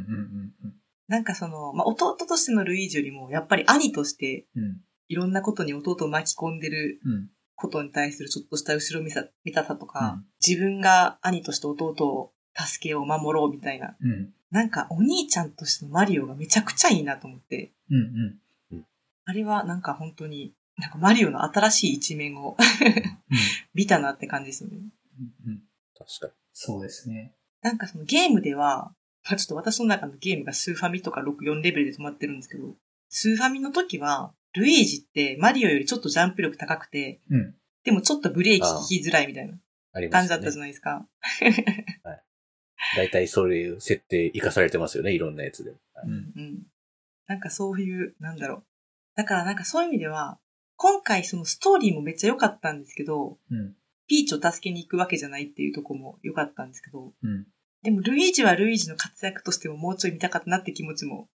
Speaker 1: ん
Speaker 3: なんかその、まあ、弟としてのルイージよりも、やっぱり兄として
Speaker 1: うん。うん。
Speaker 3: いろんなことに弟を巻き込んでる
Speaker 1: うん。
Speaker 3: ことに対するちょっとした後ろ見さ見たさと
Speaker 1: う
Speaker 3: か、
Speaker 1: ん
Speaker 3: 自分が兄として弟を助けよう、守ろうみたいな。
Speaker 1: うん。
Speaker 3: なんかお兄ちゃんとしてのマリオがめちゃくちゃいいなと思って、
Speaker 1: うんうん。
Speaker 3: あれはなんか本当に、なんかマリオの新しい一面を見たなって感じですよね。
Speaker 1: うんうん。
Speaker 2: 確かに。
Speaker 1: そうですね。
Speaker 3: なんかそのゲームでは、まあちょっと私の中のゲームがスーファミとか64レベルで止まってるんですけど、スーファミの時は、ルイージってマリオよりちょっとジャンプ力高くて、
Speaker 1: うん。
Speaker 3: でもちょっとブレーキ効きづらいみたいな
Speaker 2: ありま
Speaker 3: 感
Speaker 2: す
Speaker 3: じだ
Speaker 2: よ
Speaker 3: った
Speaker 2: ね
Speaker 3: じゃ。ないですか。
Speaker 2: 大体そういう設定生かされてますよね、いろんなやつで。
Speaker 1: う
Speaker 3: うん <laughs> んうん。なんかそういう、なんだろう。だからなんかそういう意味では、今回そのストーリーもめっちゃ良かったんですけど、
Speaker 1: うん。
Speaker 3: ピーチを助けに行くわけじゃないっていうとこも良かったんですけど、
Speaker 1: うん。
Speaker 3: でもルイージはルイージの活躍としてももうちょい見たかったなって気持ちも、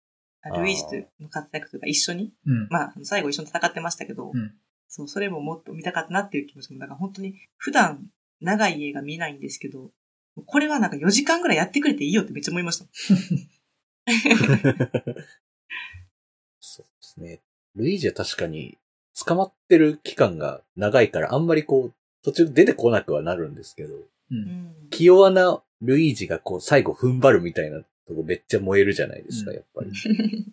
Speaker 3: あ
Speaker 2: あー
Speaker 3: ルイージとの活躍というか一緒に、
Speaker 1: うん。
Speaker 3: まああの最後一緒に戦ってましたけど、
Speaker 1: うん
Speaker 3: そう、それももっと見たかったなっていう気持ちも、なんか本当に普段長い映画見ないんですけど、これはなんか4時間ぐらいやってくれていいよってめっちゃ思
Speaker 1: <laughs>
Speaker 3: いました。
Speaker 2: そうですね。ルイージは確かに捕まってる期間が長いからあんまりこう途中出てこなくはなるんですけど、
Speaker 1: う。
Speaker 3: うんん。
Speaker 2: 気弱なルイージがこう最後踏ん張るみたいなとこめっちゃ燃えるじゃないですか、
Speaker 1: うん
Speaker 2: やっぱり。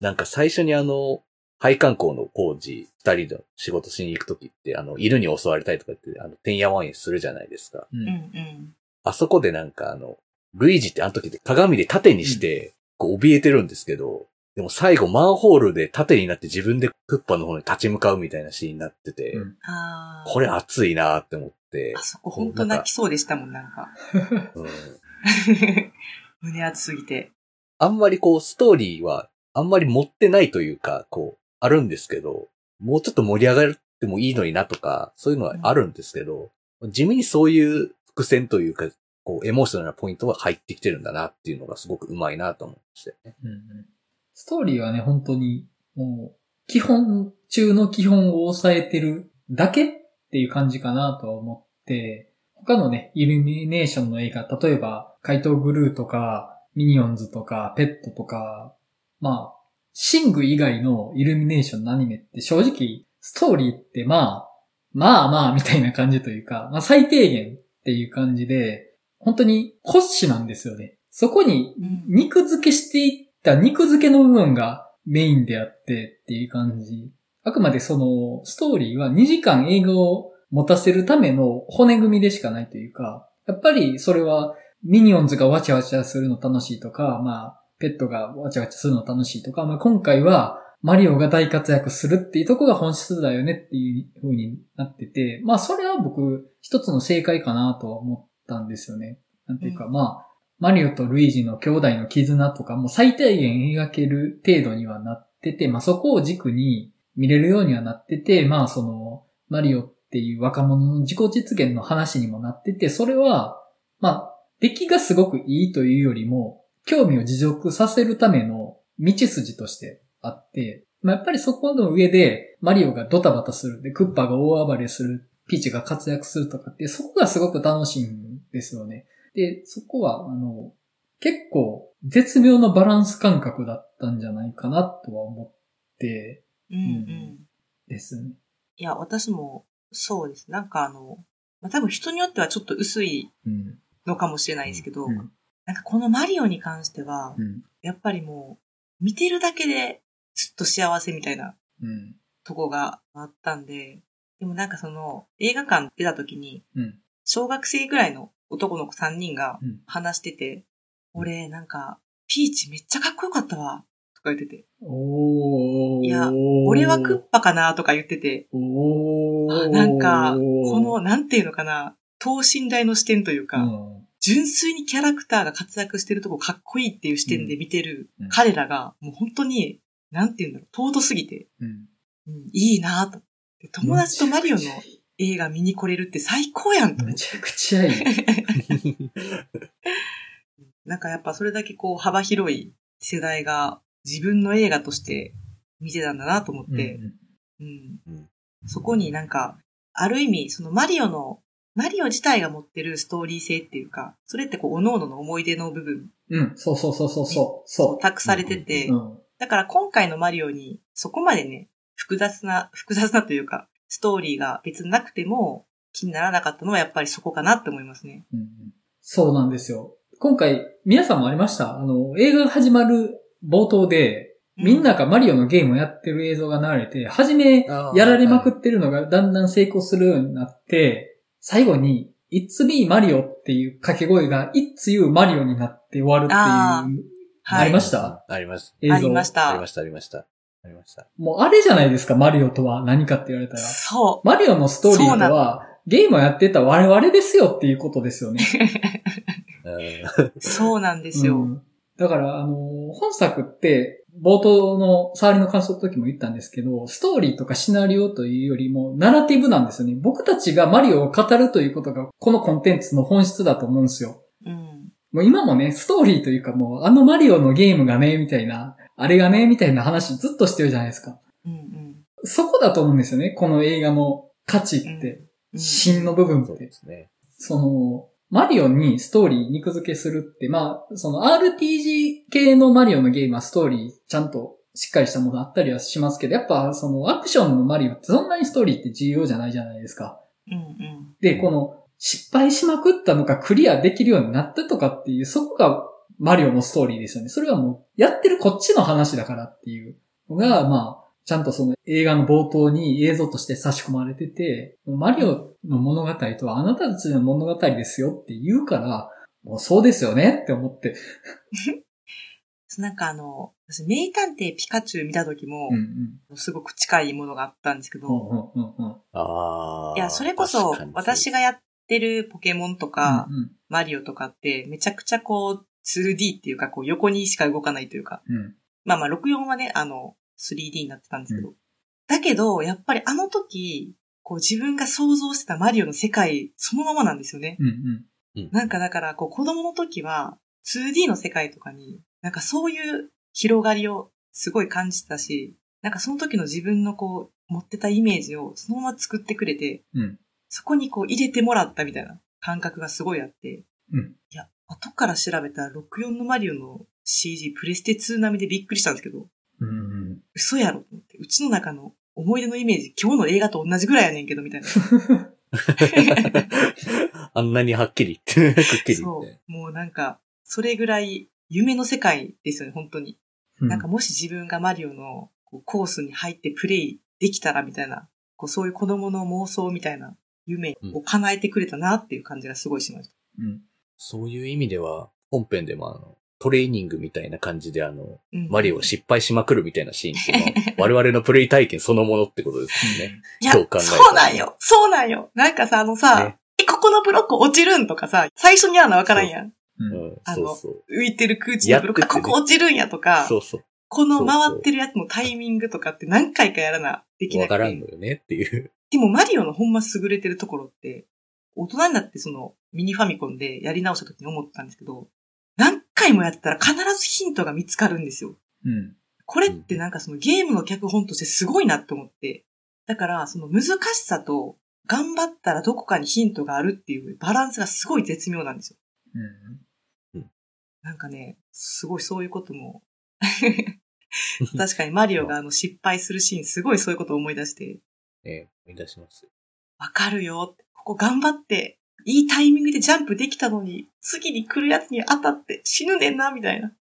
Speaker 2: なんか最初にあの、配管工の工事二人の仕事しに行くときって、あの、犬に襲われたりとかって、あの、てんやわんやするじゃないですか。
Speaker 1: う。
Speaker 3: うんん
Speaker 2: あそこでなんかあの、ルイージってあの時って鏡で縦にして、こう怯えてるんですけど、でも最後マンホールで縦になって自分でクッパの方に立ち向かうみたいなシーンになってて、
Speaker 1: うん
Speaker 3: うん。ああ。
Speaker 2: これ熱いなーって思って
Speaker 3: あ、そこ本当泣きそうでしたもん、なんか。 <laughs>
Speaker 2: うん、
Speaker 3: 胸熱すぎて。
Speaker 2: あんまりこうストーリーはあんまり持ってないというか、こう、あるんですけど、もうちょっと盛り上がってもいいのになとか、そういうのはあるんですけど、地味にそういう伏線というか、こう、エモーショナルなポイントは入ってきてるんだなっていうのがすごくうまいなと思って。
Speaker 1: うんうんストーリーはね、本当に、もう、基本中の基本を抑えてるだけっていう感じかなとは思って、他のね、イルミネーションの映画、例えば、怪盗グルーとか、ミニオンズとか、ペットとか、まあ、シング以外のイルミネーションのアニメって正直、ストーリーってまあ、まあまあみたいな感じというか、まあ最低限っていう感じで、本当に骨子なんですよね。そこに
Speaker 3: うん。
Speaker 1: 肉付けしていった肉付けの部分がメインであってっていう感じ。あくまでそのストーリーは2時間映画を持たせるための骨組みでしかないというか、やっぱりそれはミニオンズがわちゃわちゃするの楽しいとか、まあ、ペットがわちゃわちゃするの楽しいとか、まあ今回はマリオが大活躍するっていうところが本質だよねっていう風になってて、まあそれは僕一つの正解かなとは思ったんですよね。なんていうか、
Speaker 3: うん
Speaker 1: まあ、マリオとルイージの兄弟の絆とかも最低限描ける程度にはなってて、まあ、そこを軸に見れるようにはなってて、まあ、その、マリオっていう若者の自己実現の話にもなってて、それは、まあ、出来がすごくいいというよりも、興味を持続させるための道筋としてあって、まあ、やっぱりそこの上で、マリオがドタバタする、で、クッパが大暴れする、ピーチが活躍するとかって、そこがすごく楽しいんですよね。で、そこは、あの、結構、絶妙なバランス感覚だったんじゃないかなとは思って
Speaker 3: うんうん。
Speaker 1: ですね。
Speaker 3: いや、私も、そうです。なんかあの、まあ、多分人によってはちょっと薄い
Speaker 1: うん。
Speaker 3: のかもしれないですけど、
Speaker 1: うん。
Speaker 3: なんかこのマリオに関しては
Speaker 1: う、ん。
Speaker 3: やっぱりもう、見てるだけで、ずっと幸せみたいな
Speaker 1: うん。
Speaker 3: とこがあったんで、でもなんかその、映画館出た時に、
Speaker 1: うん。
Speaker 3: 小学生ぐらいの男の子3人が
Speaker 1: うん
Speaker 3: 話してて、俺なんか、ピーチめっちゃかっこよかったわ、とか言ってて、
Speaker 1: おー。
Speaker 3: いや俺はクッパかなとか言ってて、
Speaker 1: お
Speaker 3: あ
Speaker 1: ー。
Speaker 3: なんか、この、なんていうのかな、等身大の視点というか、
Speaker 1: うん、
Speaker 3: 純粋にキャラクターが活躍してるとこかっこいいっていう視点で見てる
Speaker 1: うん
Speaker 3: 彼らが、もう本当に、なんていうんだろう、尊すぎて、
Speaker 1: うん。
Speaker 3: うんいいなぁと。で友達とマリオの
Speaker 1: めちゃくち
Speaker 3: 映画見に来れるって最高やん
Speaker 1: ゃ
Speaker 3: と
Speaker 1: いい。めちゃくちゃいい。
Speaker 3: なんかやっぱそれだけこう幅広い世代が自分の映画として見てたんだなと思って、
Speaker 1: うん
Speaker 3: うん
Speaker 2: うん
Speaker 3: そこになんか、ある意味、そのマリオの、マリオ自体が持ってるストーリー性っていうか、それってこう、おののの思い出の部分、
Speaker 1: うん、うんそうそうそうそうそう。そ
Speaker 3: 託されてて、
Speaker 1: う。うん。
Speaker 3: だから今回のマリオにそこまでね、複雑な、複雑なというか、ストーリーが別になくても気にならなかったのはやっぱりそこかなって思いますね。
Speaker 1: うんそうなんですよ。今回、皆さんもありましたあの、映画が始まる冒頭で、
Speaker 3: う
Speaker 1: みんながマリオのゲームをやってる映像が流れて、初め
Speaker 2: あー
Speaker 1: やられまくってるのがだんだん成功するようになって、最後に、It's me Mario っていう掛け声が、It's you Mario になって終わる
Speaker 3: あ
Speaker 1: っていう
Speaker 3: は
Speaker 1: あり
Speaker 3: い。
Speaker 1: ました
Speaker 2: あります。
Speaker 1: 映像。
Speaker 3: ありまし
Speaker 2: あり
Speaker 3: た
Speaker 2: ま。した、ありました。ありました。
Speaker 1: もうあれじゃないですか、マリオとは何かって言われたら。
Speaker 3: そう。
Speaker 1: マリオのストーリ
Speaker 3: そう
Speaker 1: ー
Speaker 3: な
Speaker 1: と
Speaker 3: の
Speaker 1: は、ゲームをやってた我々ですよっていうことですよね。
Speaker 2: うん
Speaker 3: <laughs> そうなんですよ。
Speaker 1: うんだから、あのー、本作って、冒頭の触りの感想の時も言ったんですけど、ストーリーとかシナリオというよりも、ナラティブなんですよね。僕たちがマリオを語るということが、このコンテンツの本質だと思うんですよ。
Speaker 3: うん。
Speaker 1: もう今もね、ストーリーというかもう、あのマリオのゲームがね、みたいな、あれがね、みたいな話ずっとしてるじゃないですか。
Speaker 3: うん。うん。
Speaker 1: そこだと思うんですよね、この映画の価値っ
Speaker 3: うん
Speaker 1: て、
Speaker 3: うん
Speaker 1: 芯の部分っ
Speaker 2: そう
Speaker 1: て
Speaker 2: で。すね。
Speaker 1: その、マリオにストーリー肉付けするって、まあ、その RPG 系のマリオのゲームはストーリーちゃんとしっかりしたものあったりはしますけど、やっぱそのアクションのマリオってそんなにストーリーって重要じゃないじゃないですか。
Speaker 3: うん。うん。
Speaker 1: で、この失敗しまくったのかクリアできるようになったとかっていう、そこがマリオのストーリーですよね。それはもうやってるこっちの話だからっていうのが、まあ、ちゃんとその映画の冒頭に映像として差し込まれてて、マリオの物語とはあなたたちの物語ですよって言うから、もうそうですよねって思って。
Speaker 3: なんかあの、私、名探偵ピカチュウ見た時も
Speaker 1: うん、うん。
Speaker 3: すごく近いものがあったんですけど、
Speaker 1: うんうんうんうん。
Speaker 2: ああ。
Speaker 3: いや、それこそ
Speaker 2: 確かに、
Speaker 3: 私がやってるポケモンとか、
Speaker 1: うん
Speaker 3: マリオとかって、めちゃくちゃこう、2D っていうか、こう、横にしか動かないというか、
Speaker 1: うんうん。
Speaker 3: まあまあ、64はね、あの、3D になってたんですけど。だけど、やっぱりあの時、こう自分が想像してたマリオの世界、そのままなんですよね。
Speaker 1: うんうん。
Speaker 3: なんかだから、こう子供の時は、2D の世界とかに、なんかそういう広がりをすごい感じてたし、なんかその時の自分のこう、持ってたイメージをそのまま作ってくれて、
Speaker 1: うん
Speaker 3: そこにこう入れてもらったみたいな感覚がすごいあって、
Speaker 1: うん
Speaker 3: いや、後から調べた64のマリオの CG、プレステ2並みでびっくりしたんですけど、
Speaker 1: うんうん。
Speaker 3: 嘘やろと思って、うちの中の思い出のイメージ、今日の映画と同じぐらいやねんけど、みた
Speaker 2: <laughs>
Speaker 3: いな。
Speaker 2: あんなにはっきり言って、くっきり言っ
Speaker 3: そ
Speaker 2: て。
Speaker 3: う。もうなんか、それぐらい夢の世界ですよね、本当に。
Speaker 1: <laughs> うん
Speaker 3: なんかもし自分がマリオのこうコースに入ってプレイできたら、みたいな、こうそういう子供の妄想みたいな夢を叶えてくれたなっていう感じがすごいしました。
Speaker 1: うん
Speaker 2: そういう意味では、本編でもあの、トレーニングみたいな感じであの、
Speaker 3: うん
Speaker 2: マリオを失敗しまくるみたいなシーンっていうのは、我々のプレイ体験そのものってことですよね。
Speaker 3: いや、
Speaker 2: どう考えても
Speaker 3: そうなんよ。そうなんよ。なんかさ、あのさ、
Speaker 2: ね
Speaker 3: え、ここのブロック落ちるんとかさ、最初にやるのわからんやん。
Speaker 1: う。
Speaker 2: うんん、
Speaker 3: あ
Speaker 2: そ
Speaker 3: の
Speaker 2: うそう。
Speaker 3: 浮いてる空中のブロック、
Speaker 2: や
Speaker 3: あ、
Speaker 2: ってて
Speaker 3: こ
Speaker 2: ね
Speaker 3: こ落ちるんやとか。
Speaker 2: そうそ
Speaker 3: この回ってるやつのタイミングとかって何回かやらな、でき
Speaker 2: う。
Speaker 3: な
Speaker 2: わ
Speaker 3: く
Speaker 2: からんの
Speaker 3: て。
Speaker 2: よねっていう。
Speaker 3: でもマリオのほんま優れてるところって、大人になってそのミニファミコンでやり直した時に思ったんですけど、何回もやってたら必ずヒントが見つかるんですよ。
Speaker 1: うん。
Speaker 3: これってなんかそのゲームの脚本としてすごいなって思って。だからその難しさと頑張ったらどこかにヒントがあるっていうバランスがすごい絶妙なんですよ。
Speaker 1: うん。
Speaker 3: なんかね、すごいそういうこ
Speaker 1: <laughs>
Speaker 3: とも。確かにマリオがあの失敗するシーンすごいそういうことを思い出して、
Speaker 2: ね、思い出します。
Speaker 3: わかるよって。ここ頑張って、いいタイミングでジャンプできたのに、次に来るやつに当たって死ぬねんな、みたいな。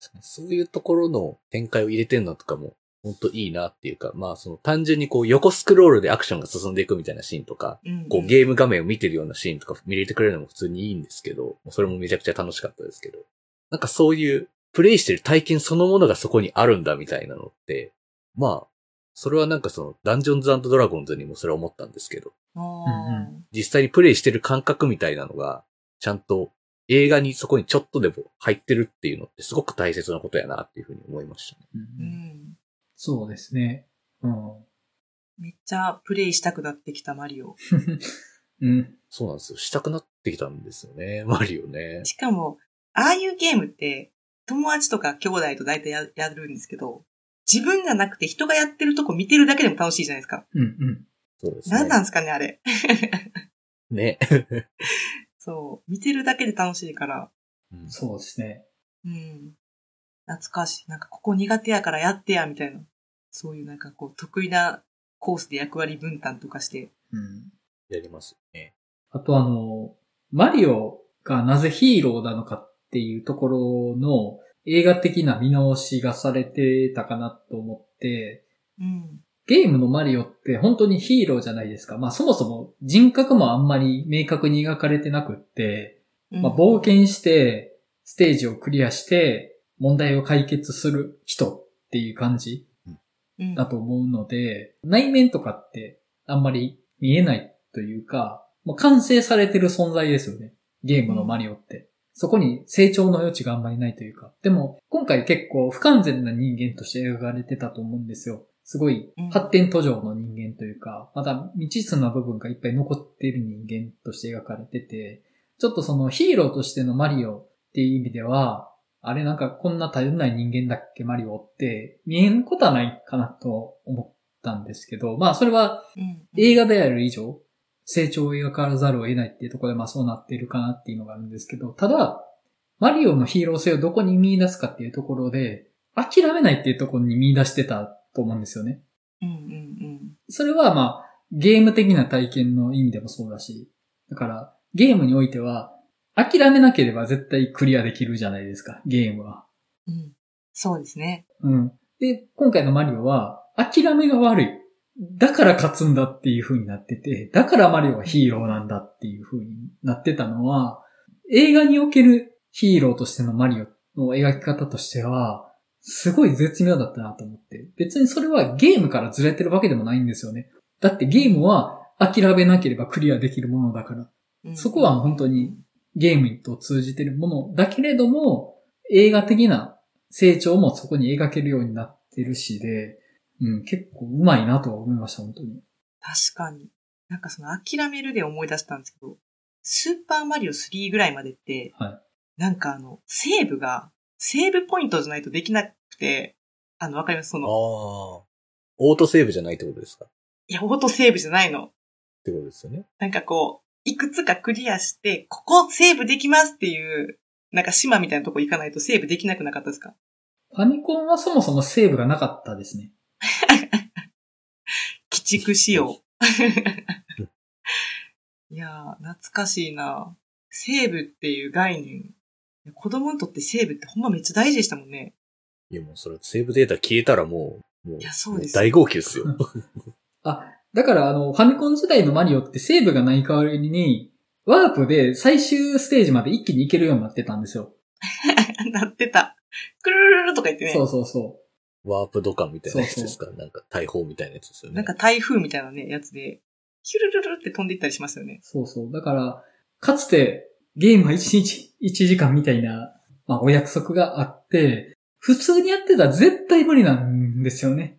Speaker 2: 確かにそういうところの展開を入れてんのとかも、ほんといいなっていうか、まあその単純にこう横スクロールでアクションが進んでいくみたいなシーンとか、
Speaker 3: うん
Speaker 2: こうゲーム画面を見てるようなシーンとか見れてくれるのも普通にいいんですけど、それもめちゃくちゃ楽しかったですけど、なんかそういうプレイしてる体験そのものがそこにあるんだみたいなのって、まあ、それはなんかその、ダンジョンズドラゴンズにもそれは思ったんですけど、
Speaker 3: あ
Speaker 1: うん
Speaker 3: あ。
Speaker 2: 実際にプレイしてる感覚みたいなのが、ちゃんと映画にそこにちょっとでも入ってるっていうのってすごく大切なことやなっていうふうに思いましたね。
Speaker 1: う
Speaker 3: うんん。
Speaker 1: そうですね。うん。
Speaker 3: めっちゃプレイしたくなってきたマリオ。
Speaker 1: うん。
Speaker 2: そうなんですよ。したくなってきたんですよね。マリオね。
Speaker 3: しかも、ああいうゲームって、友達とか兄弟と大体ややるんですけど、自分じゃなくて人がやってるとこ見てるだけでも楽しいじゃないですか。
Speaker 1: うん。うん。
Speaker 2: そうですね。
Speaker 3: 何なんですかね、あれ。
Speaker 2: ね。
Speaker 3: そう。見てるだけで楽しいから。
Speaker 2: うん
Speaker 1: そうですね。
Speaker 3: うん。懐かしい。なんか、ここ苦手やからやってや、みたいな。そういうなんかこう、得意なコースで役割分担とかして。
Speaker 1: うん。
Speaker 2: やりますよね。
Speaker 1: あとあの、マリオがなぜヒーローなのかっていうところの映画的な見直しがされてたかなと思って、
Speaker 3: うん。
Speaker 1: ゲームのマリオって本当にヒーローじゃないですか。まあそもそも人格もあんまり明確に描かれてなくって、
Speaker 3: うん
Speaker 1: まあ冒険して、ステージをクリアして、問題を解決する人っていう感じ
Speaker 3: うん
Speaker 1: だと思うので、内面とかってあんまり見えないというか、もう完成されてる存在ですよね。ゲームのマリオって。そこに成長の余地があんまりないというか。でも、今回結構不完全な人間として描かれてたと思うんですよ。すごい
Speaker 3: うん
Speaker 1: 発展途上の人間というか、まだ未知数な部分がいっぱい残っている人間として描かれてて、ちょっとそのヒーローとしてのマリオっていう意味では、あれなんかこんな頼んない人間だっけマリオって見えんことはないかなと思ったんですけど、まあそれは
Speaker 3: うん
Speaker 1: 映画である以上、成長を描かざるを得ないっていうところでまあそうなっているかなっていうのがあるんですけど、ただ、マリオのヒーロー性をどこに見出すかっていうところで、諦めないっていうところに見出してたと思うんですよね。
Speaker 3: うんうん
Speaker 1: それはまあ、ゲーム的な体験の意味でもそうだし、だから、ゲームにおいては、諦めなければ絶対クリアできるじゃないですか、ゲームは。
Speaker 3: うん。うん。そうですね。
Speaker 1: うん。で、今回のマリオは、諦めが悪い。だから勝つんだっていう風になってて、だからマリオはヒーローなんだっていう風になってたのは、映画におけるヒーローとしてのマリオの描き方としては、すごい絶妙だったなと思って。別にそれはゲームからずれてるわけでもないんですよね。だってゲームは諦めなければクリアできるものだから。
Speaker 3: うん
Speaker 1: そこは本当にゲームと通じてるものだけれども、映画的な成長もそこに描けるようになってるしで、うん、結構うまいなとは思いました、本当に。
Speaker 3: 確かに。なんかその諦めるで思い出したんですけど、スーパーマリオ3ぐらいまでって、
Speaker 1: は
Speaker 3: なんかあの、セーブが、セーブポイントじゃないとできなくて、あの、わかりますそ
Speaker 2: ああ。
Speaker 3: の、
Speaker 2: オートセーブじゃないってことですかっ
Speaker 3: いや、オートセーブじゃないの。
Speaker 2: てことですよね。
Speaker 3: なんかこう、いくつかクリアして、ここセーブできますっていう、なんか島みたいなとこ行かないとセーブできなくなかったですか
Speaker 1: ファミコンはそもそもセーブがなかったですね。
Speaker 3: 鬼畜仕様。いやー、懐かしいな。セーブっていう概念。子供にとってセーブってほんまめっちゃ大事でしたもんね。
Speaker 2: いやもうそれ、セーブデータ消えたらもう、もう
Speaker 3: いやそうですよ
Speaker 2: 大号泣ですよ。
Speaker 1: だから、あの、ファミコン時代のマリオってセーブがない代わりに、ワープで最終ステージまで一気に行けるようになってたんですよ。
Speaker 3: なってた。くるるるるとか言ってね。
Speaker 1: そうそうそ
Speaker 2: ワープドカンみたいなやつですかなんか大砲みたいなやつですよね。
Speaker 3: なんか台風みたいなね、やつで、ヒュルルルルって飛んでいったりしますよね
Speaker 1: う。。そうそう。だから、かつてゲームは1日1時間みたいな、まあ、お約束があって、普通にやってたら絶対無理なんですよね。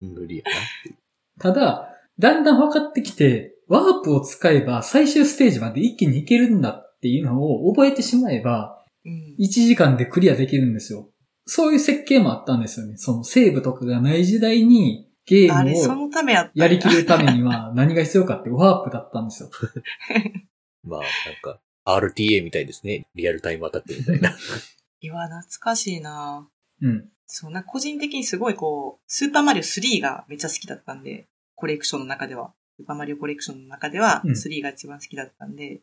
Speaker 2: 無理やなっていう。
Speaker 1: ただ、だんだん分かってきて、ワープを使えば最終ステージまで一気に行けるんだっていうのを覚えてしまえば、
Speaker 3: うん。
Speaker 1: 1時間でクリアできるんですよ。そういう設計もあったんですよね。そのセーブとかがない時代にゲ
Speaker 3: あれ、
Speaker 1: ー
Speaker 3: そ
Speaker 1: ムを
Speaker 3: のためやったんだ
Speaker 1: やりきるためには何が必要かってワープだったんですよ。
Speaker 2: まあ、なんか、RTA みたいですね。リアルタイムアタックみたい
Speaker 3: <laughs>
Speaker 2: な。
Speaker 3: いや、懐かしいな
Speaker 1: うん。
Speaker 3: そうな、個人的にすごいこう、スーパーマリオ3がめっちゃ好きだったんで、コレクションの中では。スーパーマリオコレクションの中では、
Speaker 1: うん
Speaker 3: 3が一番好きだったんで、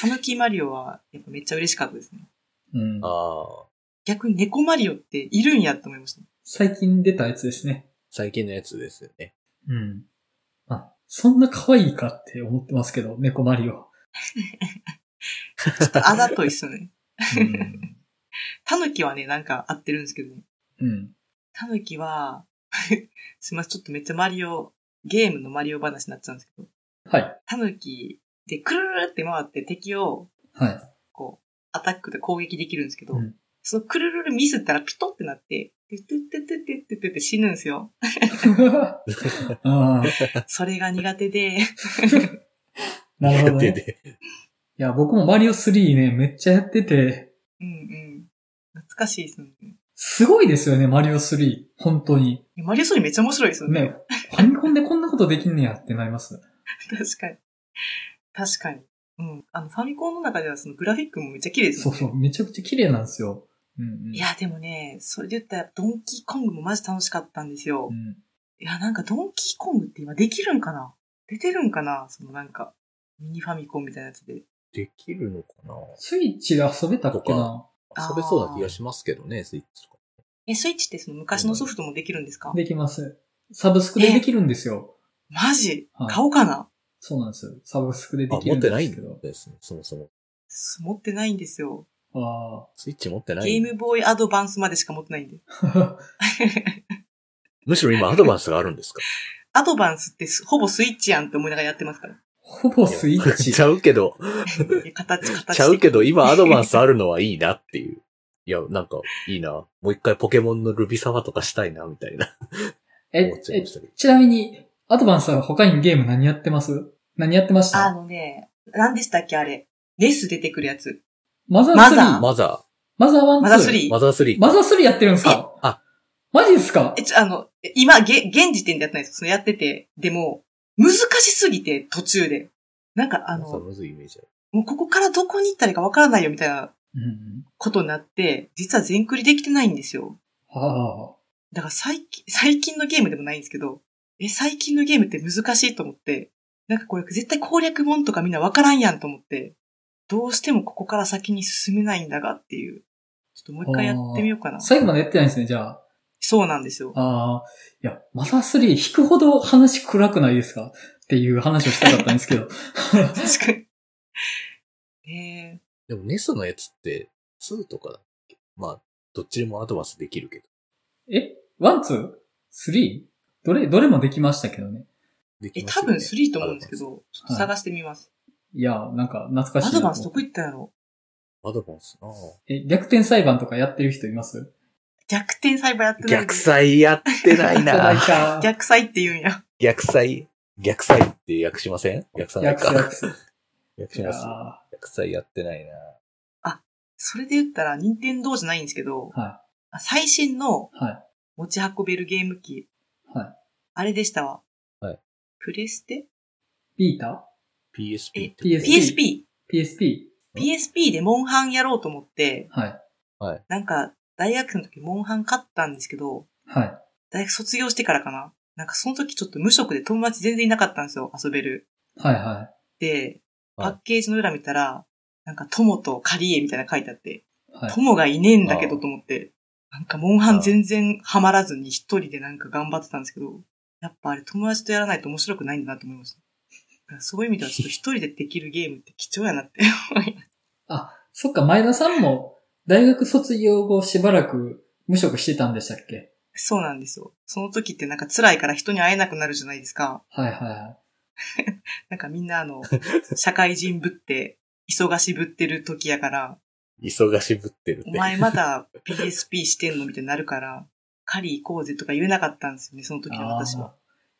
Speaker 3: タヌキマリオはやっぱめっちゃ嬉しかったですね。
Speaker 1: うん、
Speaker 2: ああ。
Speaker 3: 逆に猫マリオっているんやって思いました。
Speaker 1: 最近出たやつですね。
Speaker 2: 最近のやつですよね。
Speaker 1: うん。あ、そんな可愛いかって思ってますけど、猫マリオ。 <laughs>
Speaker 3: ちょっとあざといっすよね。
Speaker 1: うん
Speaker 3: タヌキはね、なんか合ってるんですけどね。
Speaker 1: うん。
Speaker 3: タヌキは、 <laughs> すいません、ちょっとめっちゃマリオ、ゲームのマリオ話になっちゃうんですけど、
Speaker 1: はい。
Speaker 3: タヌキでくるるるって回って敵を、
Speaker 1: <laughs> はい。
Speaker 3: こう、アタックで攻撃できるんですけど、
Speaker 1: うん
Speaker 3: そのくるるるミスったらピトってなって、てててててててて死ぬんですよ。
Speaker 1: ああ、
Speaker 3: それが苦手で、
Speaker 1: なるほど、
Speaker 2: 手
Speaker 1: ね。
Speaker 2: で。
Speaker 1: いや、僕もマリオ3ね、めっちゃやってて、
Speaker 3: うんうん。懐かしいですね。
Speaker 1: すごいですよね、マリオ3。本当に。
Speaker 3: いやマリオソリめっちゃ面白いですよね。
Speaker 1: ね、ファミコンでこんなことできんねやってなります。
Speaker 3: 確かに。確かに。うん。あの、ファミコンの中ではそのグラフィックもめっちゃ綺麗です
Speaker 1: そ
Speaker 3: よ
Speaker 1: う
Speaker 3: ね。
Speaker 1: そう、めちゃくちゃ綺麗なんですよ。うんうん。
Speaker 3: いや、でもね、それで言ったら、ドンキーコングもマジ楽しかったんですよ。
Speaker 1: うん、
Speaker 3: いや、なんかドンキーコングって今できるんかな出てるんかなそのなんか、ミニファミコンみたいなやつで。
Speaker 2: できるのかな
Speaker 1: スイッチで遊べたっけな
Speaker 3: あー
Speaker 2: 遊べそうな気がしますけどね、スイッチとか。
Speaker 3: え、スイッチってその昔のソフトもできるんですか
Speaker 1: できます。サブスクでできるんですよ。
Speaker 3: マジ
Speaker 1: はい
Speaker 3: 買おうかな
Speaker 1: そうなんですよ。サブスクで
Speaker 2: あ
Speaker 1: で、き
Speaker 2: 持
Speaker 1: る
Speaker 2: っ
Speaker 1: ん
Speaker 2: てない
Speaker 1: ですけ
Speaker 2: ん
Speaker 1: ど。
Speaker 2: ですね、そもそも。
Speaker 3: す持ってないんですよ。
Speaker 1: あ
Speaker 2: スイッチ持ってな
Speaker 3: ゲー
Speaker 2: い。
Speaker 3: ムボーイアドバンスまでしか持ってないんで。
Speaker 1: あ。
Speaker 2: むしろ今アドバンスがあるんですか
Speaker 3: アドバンスってすほぼスイッチやんって思いながらやってま
Speaker 2: <laughs>
Speaker 3: すから。
Speaker 1: <laughs> ほぼスイッチ。
Speaker 2: ちゃうけど、
Speaker 3: いや形、形。
Speaker 2: ちゃうけど、今アドバンスあるのはいいなっていう。いや、なんか、いいな。もう一回ポケモンのルビサワとかしたいな、みたいな。
Speaker 1: え
Speaker 2: 思っ、ちゃい
Speaker 1: え
Speaker 2: ましたけど
Speaker 1: ちなみに、アドバンスは他にゲーム何やってます何やってまし
Speaker 3: あ
Speaker 1: た
Speaker 3: のね、何でしたっけあれ。レス出てくるやつ。
Speaker 1: マザー3。
Speaker 3: マザー
Speaker 2: マザ
Speaker 1: マザー1、2。
Speaker 3: マザー3
Speaker 2: ー、マザー
Speaker 1: 3マ
Speaker 2: 3。
Speaker 1: ザー3やってるんですか
Speaker 2: あ、
Speaker 1: マジですか
Speaker 3: え、ちょ、あの、今、げ、現時点でやってないです。そのやってて、でも、難しすぎて、途中で。なんか、あ
Speaker 2: マザー
Speaker 3: の、
Speaker 2: むずいイメージある。
Speaker 3: もうここからどこに行ったらいいかわからないよ、みたいな
Speaker 1: うんうん。
Speaker 3: ことになって、実は全クリできてないんですよ。
Speaker 1: はあ。
Speaker 3: だから最近、最近のゲームでもないんですけど、え、最近のゲームって難しいと思って、なんかこれ絶対攻略本とかみんなわからんやんと思って、どうしてもここから先に進めないんだがっていう。ちょっともう一回やってみようかな。
Speaker 1: 最後までやってないんですね、じゃあ。
Speaker 3: そうなんですよ。
Speaker 1: ああ、いや、マザー3引くほど話暗くないですかっていう話をしたかったんですけど。 <laughs>
Speaker 3: 確かに。 <laughs> え
Speaker 2: でもネスのやつって、2とかだっけまあ、どっちでもアドバンスできるけど。
Speaker 1: えワン、ツースリーどれ、どれもできましたけどね。
Speaker 2: で
Speaker 3: ー、え、
Speaker 2: きます
Speaker 3: 多
Speaker 2: よね
Speaker 3: 分3と思うんですけ。ど、ちょっと探してみます。
Speaker 1: いや、なんか懐かしいなと
Speaker 3: アド
Speaker 1: 思
Speaker 3: バ
Speaker 1: っ
Speaker 3: ン
Speaker 1: て
Speaker 3: スどこ行ったんやろ
Speaker 2: アドバンスなあ
Speaker 1: え、逆転裁判とかやってる人います
Speaker 3: 逆転裁判やってない。
Speaker 2: 逆祭やってない
Speaker 1: やって
Speaker 2: な
Speaker 1: か。
Speaker 3: 逆裁って言うんや。
Speaker 2: 逆祭逆祭って訳しません逆祭
Speaker 1: 逆
Speaker 2: か。
Speaker 1: 転裁
Speaker 2: 訳し
Speaker 1: 判。
Speaker 2: ます。
Speaker 1: あ
Speaker 2: 逆祭やってないな
Speaker 3: それで言ったら、任天堂じゃないんですけど、
Speaker 1: ーは
Speaker 3: あ最新の
Speaker 1: い、はい、
Speaker 3: 持ち運べるゲーム機、
Speaker 1: はい。
Speaker 3: あれでしたわ。
Speaker 2: はい。
Speaker 3: プレステ
Speaker 1: ビータ
Speaker 2: PSP って。
Speaker 1: PSP
Speaker 3: ?PSP。
Speaker 1: ?PSP?
Speaker 3: PSP でモンハンやろうと思って、
Speaker 1: はい、
Speaker 3: なんか、大学生の時モンハン買ったんですけど、
Speaker 1: はい。
Speaker 3: 大学卒業してからかな。なんかその時ちょっと無職で友達全然いなかったんですよ、遊べる。
Speaker 1: はい、は
Speaker 3: で、
Speaker 2: は
Speaker 3: パ
Speaker 2: い
Speaker 3: ッケージの裏見たら、なんか友とカリエみたいなの書いてあっ
Speaker 1: い。
Speaker 3: て、
Speaker 1: はい。
Speaker 3: 友がいねえんだけど
Speaker 2: ああ
Speaker 3: と思って、なんかモンハン全然ハマらずに一人でなんか頑張ってたんですけど、やっぱあれ友達とやらないと面白くないんだなと思いました。だからそういう意味ではちょっと一人でできるゲームって貴重やなって <laughs> 思い
Speaker 1: あ、そっか、前田さんも大学卒業後しばらく無職してたんでしたっけ
Speaker 3: そうなんですよ。その時ってなんか辛いから人に会えなくなるじゃないですか。
Speaker 1: はい、はい、はい。
Speaker 3: なんかみんなあの、社会人ぶって、忙しぶってる時やから、
Speaker 2: 忙しぶってる
Speaker 3: お
Speaker 2: ね。
Speaker 3: 前まだ PSP してんのみたいになるから、狩り行こうぜとか言えなかったんですよね、その時の私は。
Speaker 1: あ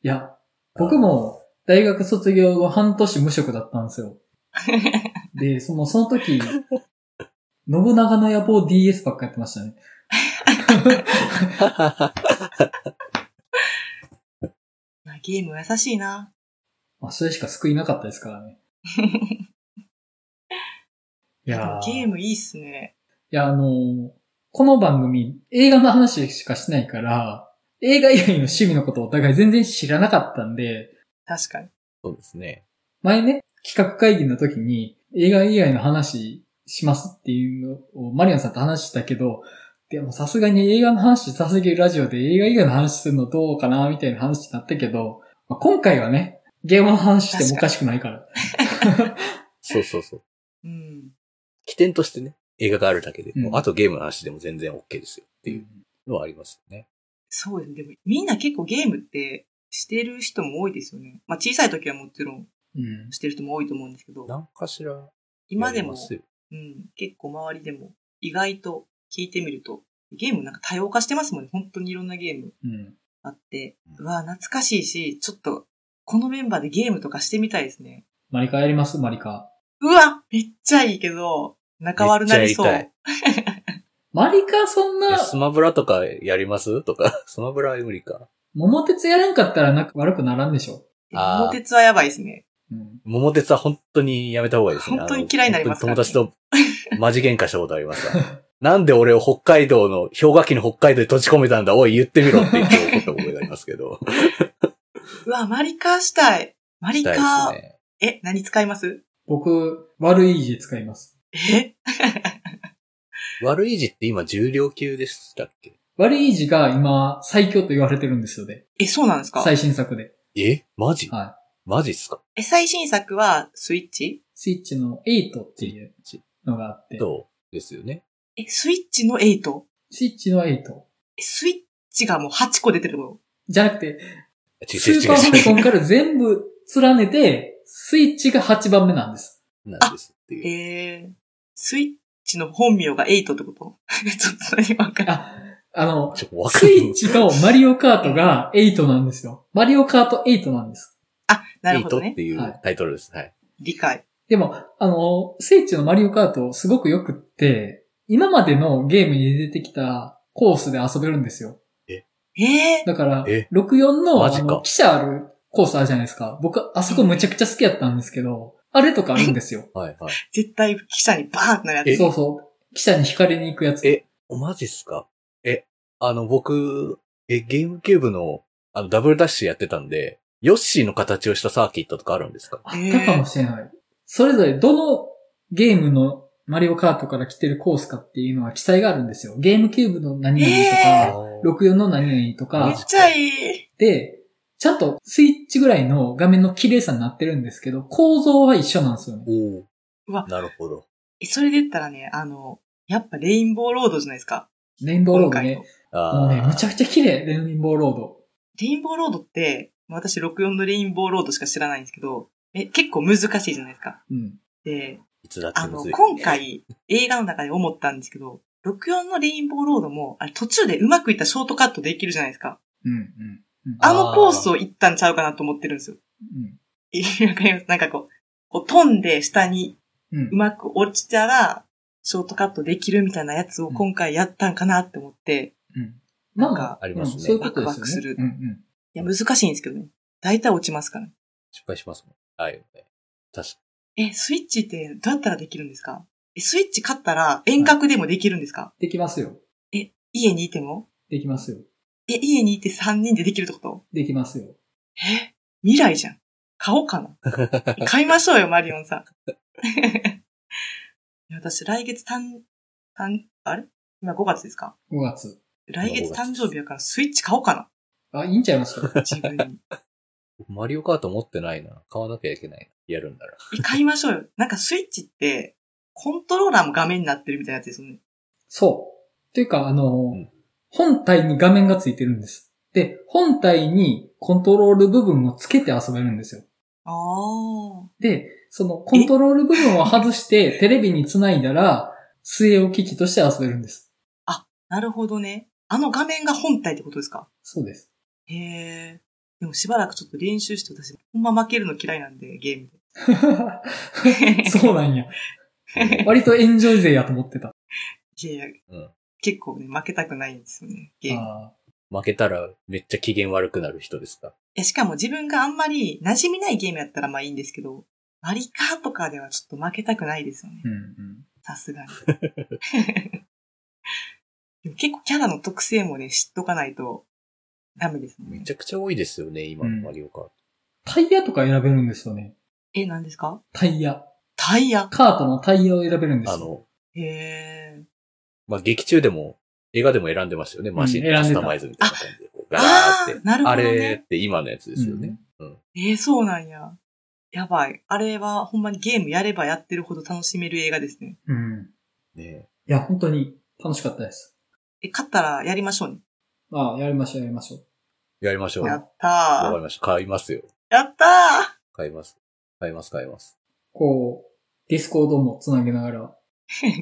Speaker 1: ーいや、
Speaker 2: <laughs>
Speaker 1: 僕も大学卒業後半年無職だったんですよ。で、その、その時、信長の野望 DS ばっかやってましたね。
Speaker 3: <laughs> まあゲームは優しいな。
Speaker 1: まあ、それしか救いなかったですからね。い
Speaker 3: <laughs> でも
Speaker 1: や
Speaker 3: ゲー
Speaker 1: い
Speaker 3: ムいいっすね。
Speaker 1: や、あのーこの番組、映画の話しかしないから、映画以外の趣味のことをお互い全然知らなかったんで、
Speaker 3: 確かに。
Speaker 2: そうですね。
Speaker 1: 前ね、企画会議の時に映画以外の話しますっていうのをマリアンさんと話したけど、でもさすがに映画の話さすぎるラジオで映画以外の話するのどうかなみたいな話になったけど、まあ、今回はね、ゲームの話してもおかしくないから。
Speaker 2: そうそうそう。 <laughs>
Speaker 3: うん。
Speaker 2: 起点としてね、映画があるだけで、
Speaker 1: うん
Speaker 2: もうあとゲームの話でも全然 OK ですよっていうのはありますよね。
Speaker 3: そうですね。でもみんな結構ゲームってしてる人も多いですよね。まあ小さい時はもちろん
Speaker 1: うん。
Speaker 3: してる人も多いと思うんですけど、
Speaker 2: 何かしら
Speaker 3: 今で
Speaker 2: やり
Speaker 3: も
Speaker 2: ま、すよ
Speaker 3: うん、結構周りでも意外と聞いてみると、ゲームなんか多様化してますもんね。本当にいろんなゲーム
Speaker 1: うん。
Speaker 3: あって。
Speaker 2: う
Speaker 3: うわ、懐かしいし、ちょっとこのメンバーでゲームとかしてみたいですね。
Speaker 1: マリカやりますマリカ。
Speaker 3: うわ、めっちゃいいけど、仲悪なりそ
Speaker 2: めっちゃや
Speaker 3: う
Speaker 2: り。
Speaker 1: マリカそん
Speaker 2: え
Speaker 1: な、
Speaker 2: スマブラとかやりますとか、 <laughs> スマブラは無理か。
Speaker 1: 桃鉄やらんかったらなんか悪くならんでしょ。
Speaker 2: あー
Speaker 3: 桃鉄はやばいですね。
Speaker 1: うん。
Speaker 2: 桃鉄は本当にやめた方がいいですね。
Speaker 3: <laughs> 本当に嫌いになります
Speaker 2: あ
Speaker 3: か
Speaker 2: の
Speaker 3: ら
Speaker 2: 本
Speaker 3: ね
Speaker 2: 当に友達とマジ喧嘩したことありますから <laughs> なんで俺を北海道の、氷河期の北海道で閉じ込めたんだ、おい言ってみろって言って怒った覚えがありますけ
Speaker 3: <laughs>
Speaker 2: ど。
Speaker 3: うわ、マリカーしたい。マリ
Speaker 2: し
Speaker 3: カ
Speaker 2: たい
Speaker 3: ー、
Speaker 2: ですね。
Speaker 3: え、何使います
Speaker 1: 僕、悪い字使います。
Speaker 3: え
Speaker 2: 悪い字って今重量級でしたっけ
Speaker 1: 悪い字が今、最強と言われてるんですよね。
Speaker 3: え、そうなんですか
Speaker 1: 最新作で。
Speaker 2: えマジ
Speaker 1: は
Speaker 2: マジっすか
Speaker 3: え、最新作はスイッチ
Speaker 1: い。スイッチの8っていうのがあって。
Speaker 2: そうですよね。
Speaker 3: え、スイッチの8。
Speaker 1: スイッチの8。
Speaker 3: え、スイッチがもう8個出てるの。
Speaker 1: じゃなくて、
Speaker 2: 違う
Speaker 1: ス
Speaker 2: 違う
Speaker 1: ーパーファミ
Speaker 2: 違
Speaker 1: コ
Speaker 2: う
Speaker 1: ンから全部連ねて、スイッチが8番目なんです。
Speaker 2: なんですっていう。
Speaker 3: えー、スイッチの本名が8ってこと <laughs> ちょっと何わかんない。
Speaker 1: あ、あの、
Speaker 2: ちょっとわか
Speaker 1: ス
Speaker 2: ん
Speaker 1: イッチとマリオカートが8なんですよ。マリオカート8なんです。
Speaker 3: あ、
Speaker 2: な
Speaker 3: な
Speaker 2: い
Speaker 3: る
Speaker 2: い
Speaker 3: ほ
Speaker 2: とっ
Speaker 3: どね。
Speaker 2: ていうタイトルです。はい。
Speaker 3: 理解。
Speaker 1: でも、あの、スイッチのマリオカートすごく良くって、今までのゲームに出てきたコースで遊べるんですよ。
Speaker 3: えー、
Speaker 1: だから、
Speaker 2: え
Speaker 1: 64の、
Speaker 2: マ
Speaker 1: あ
Speaker 2: ジか。
Speaker 1: の、汽車あるコースあるじゃないですか。僕、あそこむちゃくちゃ好きやったんですけど、あれとかあるんですよ
Speaker 2: はいはい。
Speaker 3: 絶対記者にバーってなるやつ。
Speaker 1: そうそう。汽車に惹かれに行くやつ。
Speaker 2: えおマジっすかえ、あの、僕、え、ゲームキューブの、あの、ダブルダッシュやってたんで、ヨッシーの形をしたサーキットとかあるんですか
Speaker 1: あったかもしれない。それぞれどのゲームのマリオカートから来てるコースかっていうのは記載があるんですよ。ゲームキューブの何々と
Speaker 2: あ
Speaker 3: え
Speaker 1: か、
Speaker 2: ー
Speaker 1: 64の何々と
Speaker 2: あ
Speaker 3: め
Speaker 1: か
Speaker 3: っ、ちゃいい。
Speaker 1: で、ちゃんとスイッチぐらいの画面の綺麗さになってるんですけど、構造は一緒なんですよね。
Speaker 2: おー
Speaker 3: うわ
Speaker 2: なるほど。
Speaker 3: え、それで言ったらね、あの、やっぱレインボーロードじゃないですか。
Speaker 1: レインボーロードね。も
Speaker 2: あ
Speaker 1: うね、
Speaker 2: ー
Speaker 1: むちゃくちゃ綺麗、レインボーロード。
Speaker 3: レインボーロードって、まあ私64のレインボーロードしか知らないんですけど、え、結構難しいじゃないですか。
Speaker 1: うん。
Speaker 3: で、
Speaker 2: いつだって
Speaker 3: あ
Speaker 2: む
Speaker 3: の、
Speaker 2: ずい。
Speaker 3: 今回、映画の中で思ったんですけど、64のレインボーロードも、あれ途中でうまくいったらショートカットできるじゃないですか。
Speaker 1: うん、うん。
Speaker 3: あの
Speaker 2: あー
Speaker 3: コースを行ったんちゃうかなと思ってるんですよ。えわかりますなんかこう、こう飛んで下に
Speaker 1: うん。うん
Speaker 3: う。まく落ちたら、ショートカットできるみたいなやつを今回やったんかなって思って、
Speaker 1: うん。
Speaker 3: なん
Speaker 1: ま
Speaker 3: か、
Speaker 2: あります
Speaker 1: う
Speaker 2: ね
Speaker 1: んそういうことですよね。
Speaker 3: ワクワクする
Speaker 1: うん、うん。
Speaker 3: いや、難しいんですけどね。大体落ちますから。
Speaker 2: 失敗しますもん。はい。確か
Speaker 3: え、スイッチってどうやったらできるんですかえ、スイッチ買ったら遠隔でもできるんですか、
Speaker 1: できますよ。
Speaker 3: 家にいても
Speaker 1: できますよ。
Speaker 3: え、家にいて3人でできるってこと
Speaker 1: できますよ。
Speaker 3: え未来じゃん。買おうかな。
Speaker 1: <laughs>
Speaker 3: 買いましょうよ、マリオンさん。 <laughs> いや私、来月誕、誕、あれ今5月ですか
Speaker 1: 5月。
Speaker 3: 来
Speaker 2: 今
Speaker 3: 月
Speaker 2: 5月
Speaker 3: 誕
Speaker 2: です
Speaker 3: 生日やからスイッチ買おうか
Speaker 1: あ、いいんちゃいますか
Speaker 3: <laughs> な。自分に。
Speaker 1: <laughs>
Speaker 2: にマリオカート持ってないな。買わなきゃいけないな。やるんなら。
Speaker 3: え買いましょうよ。なんかスイッチって、コントローラーも画面になってるみたいなやつですよね。
Speaker 1: そう。というか、あの、
Speaker 2: うん
Speaker 1: 本体に画面がついてるんです。で、本体にコントロール部分をつけて遊べるんですよ。
Speaker 3: ああ。
Speaker 1: で、そのコントロール部分を外してテレビにつないだら、据え置き機として遊べるんです。
Speaker 3: なるほどね。あの画面が本体ってことですか
Speaker 1: そう
Speaker 3: <laughs>
Speaker 1: です。
Speaker 3: へえ。でもしばらくちょっと練習して私、ほんま負けるの嫌いなんで、ゲーム
Speaker 1: <laughs>
Speaker 3: で。
Speaker 1: そうなんや。割とエンジョイ勢やと思ってた。
Speaker 3: いやいや、
Speaker 2: うん
Speaker 3: 結構ね、負けたくないんですよね、ゲーム。い
Speaker 1: あ
Speaker 2: 負けたらめっちゃ機嫌悪くなる人ですか
Speaker 3: や、しかも自分があんまり馴染みないゲームやったらまあいいんですけど、マリカーとかではちょっと負けたくないですよね
Speaker 1: ー。うんうん。
Speaker 3: さ
Speaker 2: <laughs>
Speaker 3: すがに。でも結構キャラの特性もね、知っとかないとダメですもん
Speaker 2: め
Speaker 3: ね。
Speaker 2: ちゃくちゃ多いですよね、今のマリオカート。
Speaker 1: タイヤとか選べるんですよね。
Speaker 3: え、何ですか
Speaker 1: タイヤ。
Speaker 3: タイヤ。
Speaker 1: カートのタイヤを選べるんですよ。
Speaker 2: あの、
Speaker 3: へえ。
Speaker 2: まあ、劇中でも、映画でも選んでましたよね。マシン
Speaker 1: うん
Speaker 2: カ
Speaker 1: 選ん
Speaker 2: ス
Speaker 1: でた
Speaker 2: タマイズみたいな感じで。こうガ
Speaker 3: あ
Speaker 2: ー
Speaker 3: あ
Speaker 2: っ
Speaker 3: ー、
Speaker 2: て。
Speaker 3: なるほ
Speaker 2: あ
Speaker 3: どね。
Speaker 2: れって今のやつですよね。
Speaker 3: えー、そうなんや。やばい。あれはほんまにゲームやればやってるほど楽しめる映画ですね。
Speaker 1: うん。
Speaker 2: ね
Speaker 1: いや、本当に楽しかったです。
Speaker 3: え、勝ったらやりましょうね。
Speaker 1: ああ、やりましょう、やりましょう。
Speaker 2: やりましょう。
Speaker 3: や
Speaker 2: わか
Speaker 3: った
Speaker 2: り
Speaker 3: ー。
Speaker 2: ました。買いますよ。
Speaker 3: やった
Speaker 2: 買います。買います、買います。
Speaker 1: こう、ディスコードもつなげながら、
Speaker 3: ー。ち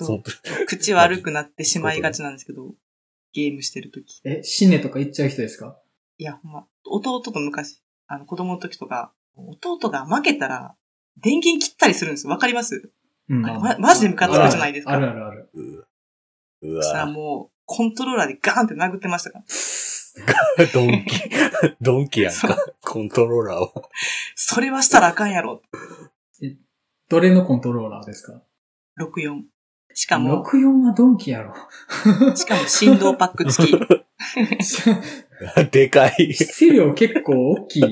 Speaker 3: ょ
Speaker 2: そう、
Speaker 3: っと口悪くなってしまいがちなんですけど、ゲームしてるとき。
Speaker 1: え、死ねとか言っちゃう人ですか
Speaker 3: いや、ほんま、弟と昔、あの、子供の時とか、弟が負けたら、電源切ったりするんですよ。わかります
Speaker 1: うん。
Speaker 3: あれまマジでムカつくじゃないですか
Speaker 1: あるあるあるある。
Speaker 2: うわう
Speaker 3: そしたら
Speaker 2: わ
Speaker 3: もう、コントローラーでガーンって殴ってましたから。
Speaker 2: ドンキ、
Speaker 3: <laughs>
Speaker 2: ドンキやんか。コントローラーを。 <laughs>
Speaker 3: それはしたらあかんやろ。
Speaker 1: どれのコントローラーですか
Speaker 3: 64。しかも、
Speaker 1: 64はドンキや
Speaker 3: <laughs>
Speaker 1: ろ。
Speaker 3: しかも振動パック
Speaker 2: <laughs>
Speaker 3: 付き。
Speaker 2: でかい。
Speaker 1: 質量結構大
Speaker 3: <laughs>
Speaker 1: きい。
Speaker 2: で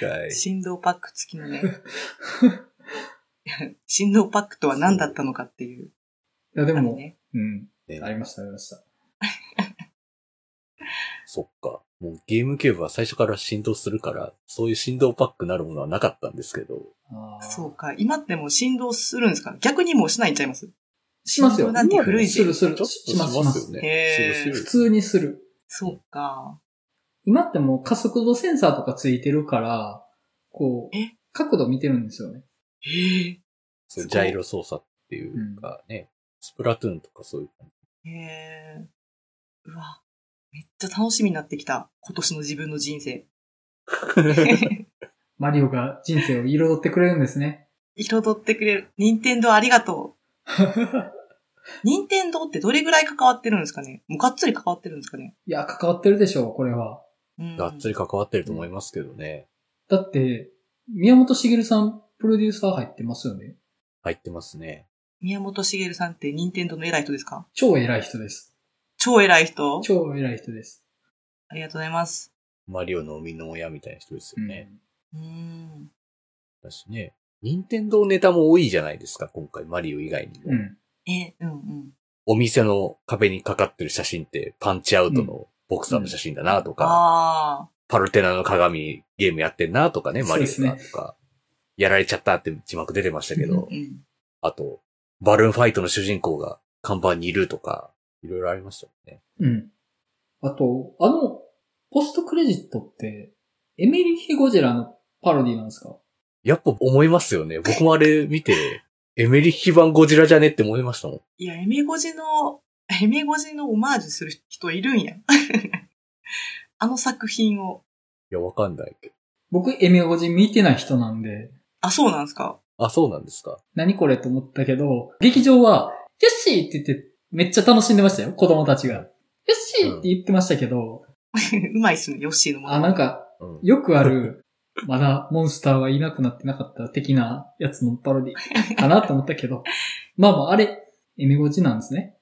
Speaker 2: かい。
Speaker 3: 振動パック付きのね。 <laughs> 振動パックとは何だったのかっていう。
Speaker 1: いや、で
Speaker 3: あの
Speaker 1: も、
Speaker 3: ね、
Speaker 1: うん。
Speaker 2: ね
Speaker 1: ありました、ありました。
Speaker 2: そっか。もうゲームキューブは最初から振動するから、そういう振動パックなるものはなかったんですけど。
Speaker 1: あー
Speaker 3: そうか。今ってもう振動するんですか逆にもうしないんちゃいます
Speaker 1: しますよ。
Speaker 3: 振動なんて古い
Speaker 1: す
Speaker 3: し。
Speaker 1: るする。
Speaker 2: ちょっと
Speaker 1: します、します。
Speaker 2: よ
Speaker 3: へ
Speaker 2: ね。
Speaker 3: ー
Speaker 2: する
Speaker 1: 普
Speaker 2: する
Speaker 1: 通にする。
Speaker 3: そうか。
Speaker 1: 今ってもう加速度センサーとかついてるから、こう
Speaker 3: え、
Speaker 1: 角度見てるんですよね。
Speaker 3: へえ。
Speaker 2: そうジャイロ操作っていうかね、スプラトゥーンとかそういう感
Speaker 3: へえ。うわ。めっちゃ楽しみになってきた。今年の自分の人生。 <laughs>
Speaker 1: <laughs>
Speaker 2: じ。
Speaker 1: マリオが人生を彩ってくれるんです
Speaker 3: <laughs>
Speaker 1: ね。
Speaker 3: 彩ってくれる。任天堂ありがとう。任天堂ってどれぐらい関わってるんですかねもうがっつり関わってるんですかね
Speaker 1: いや、関わってるでしょう、これは。
Speaker 3: うん。
Speaker 2: がっつり関わってると思いますけどね。
Speaker 1: だって、宮本茂さん、プロデューサー入ってますよね。
Speaker 2: 入ってますね。
Speaker 3: 宮本茂さんって任天堂の偉い人ですか
Speaker 1: 超偉い人です。
Speaker 3: 超偉い人
Speaker 1: 超偉い人です。
Speaker 3: ありがとうございます。
Speaker 2: マリオの生みの親みたいな人です
Speaker 1: う
Speaker 2: よ
Speaker 1: ん
Speaker 2: ね。
Speaker 3: うーん。
Speaker 2: だしね、任天堂ネタも多いじゃないですか、今回マリオ以外にも。
Speaker 1: うん。
Speaker 3: え、うんうん。
Speaker 2: お店の壁にかかってる写真って、パンチアウトのボクサーの写真だなとか、
Speaker 3: ああ。
Speaker 2: パルテナの鏡ゲームやってんなとかね、
Speaker 1: そ
Speaker 2: マ
Speaker 1: う
Speaker 2: リ
Speaker 1: で
Speaker 2: オ
Speaker 1: すね
Speaker 2: さんとか、やられちゃったって字幕出てましたけど
Speaker 3: う、ん。
Speaker 2: あと、バルーンファイトの主人公が看板にいるとか、いろいろありましたよね。
Speaker 1: うん。あと、あの、ポストクレジットって、エメリヒ・ゴジラのパロディなんですか
Speaker 2: やっぱ思いますよね。僕もあれ見て、 <laughs> エメリッヒ版ゴジラじゃねって思いましたもん。
Speaker 3: いや、エメゴジの、エメゴジのオマージュする人いるんや。 <laughs> あの作品を。
Speaker 2: いや、わかんないけど。
Speaker 1: 僕、エメゴジ見てない人なんで、
Speaker 3: あ、そうなんですか <laughs>
Speaker 2: あ、そうなんですか。
Speaker 1: 何これと思ったけど、劇場は、よっしーって言って、めっちゃ楽しんでましたよ、子供たちが。よっしーって言ってましたけど、
Speaker 3: うまいっすね、ヨッシーのもの。
Speaker 1: あ、なんか、
Speaker 2: うん。
Speaker 1: よくあ
Speaker 2: <laughs>
Speaker 1: る、まだモンスターはいなくなってなかった的なやつのパロディかなと思ったけど、まあまあ、あれ、エメゴジなんですね。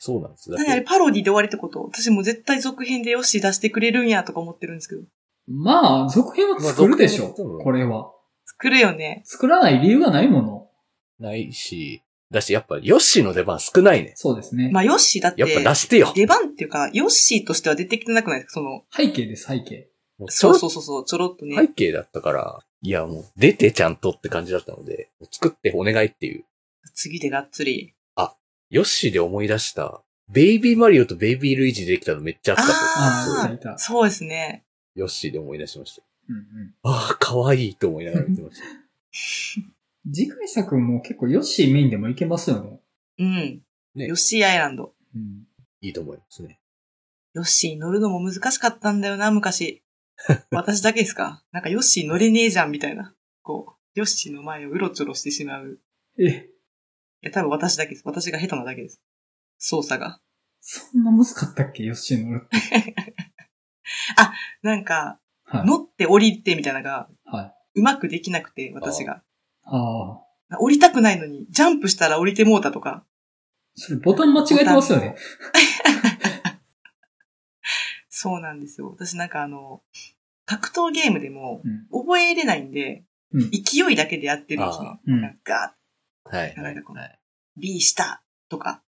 Speaker 2: そうなんです。だっ
Speaker 3: 何あれ、
Speaker 2: て、
Speaker 3: パロディで終わりってこと私もう絶対続編でヨッシー出してくれるんやとか思ってるんですけど。
Speaker 1: まあ、続編は作るでし
Speaker 2: まあ
Speaker 1: ょ
Speaker 2: 続編は多、分
Speaker 1: これは。
Speaker 3: 作るよね。
Speaker 1: 作らない理由がないもの。
Speaker 2: ないし、だし、やっぱ、ヨッシーの出番少ないね。
Speaker 1: そうですね。
Speaker 3: まあ、ヨッシーだって
Speaker 2: やっ、ぱ出してよ。
Speaker 3: 出番っていうか、ヨッシーとしては出てきてなくないですかその、
Speaker 1: 背景です、背景。
Speaker 2: もうちょろ
Speaker 3: そう
Speaker 2: っと
Speaker 3: そうそうそう、ちょろっとね。
Speaker 2: 背景だったから、いや、もう出てちゃんとって感じだったので、もう作ってお願いっていう。
Speaker 3: 次でがっつり。
Speaker 2: ヨッシーで思い出した、ベイビーマリオとベイビールイージできたのめっちゃ熱かったです
Speaker 3: あー
Speaker 2: そう
Speaker 1: いた。
Speaker 3: そうですね。 <laughs>
Speaker 2: ヨッシーで思い出しました。
Speaker 1: うんうん。
Speaker 2: ああ、可愛いと思いながら見てました。 <laughs>
Speaker 1: 次回作も結構ヨッシーメインでもいけますよね。
Speaker 3: うん。
Speaker 2: ね
Speaker 3: ヨッシーアイランド。
Speaker 1: うん。
Speaker 2: いいと思いますね。
Speaker 3: ヨッシー乗るのも難しかったんだよな、昔。私だけですかなんかヨッシー乗れねえじゃん、みたいな。こう、ヨッシーの前をうろちょろしてしまう。
Speaker 1: え、
Speaker 3: いや、多分私だけです。私が下手なだけです。操作が。
Speaker 1: そんな難かったっけヨッシー乗るって。
Speaker 3: なんか、
Speaker 1: はい。
Speaker 3: 乗って降りてみたいなのが、
Speaker 1: はい。
Speaker 3: うまくできなくて、私が。
Speaker 1: ああ。
Speaker 3: 降りたくないのに、ジャンプしたら降りてもうたとか。
Speaker 1: それボタン間違えてますよね。
Speaker 3: そうなんですよ。私なんかあの、格闘ゲームでも
Speaker 1: う、ん。
Speaker 3: 覚えれないんで、
Speaker 1: うん
Speaker 3: 勢いだけでやってるんですね。
Speaker 1: うん。
Speaker 3: なんか、
Speaker 2: はい、
Speaker 3: な
Speaker 2: は
Speaker 3: ん
Speaker 2: い
Speaker 3: だこの
Speaker 2: はい。
Speaker 3: B 下とか、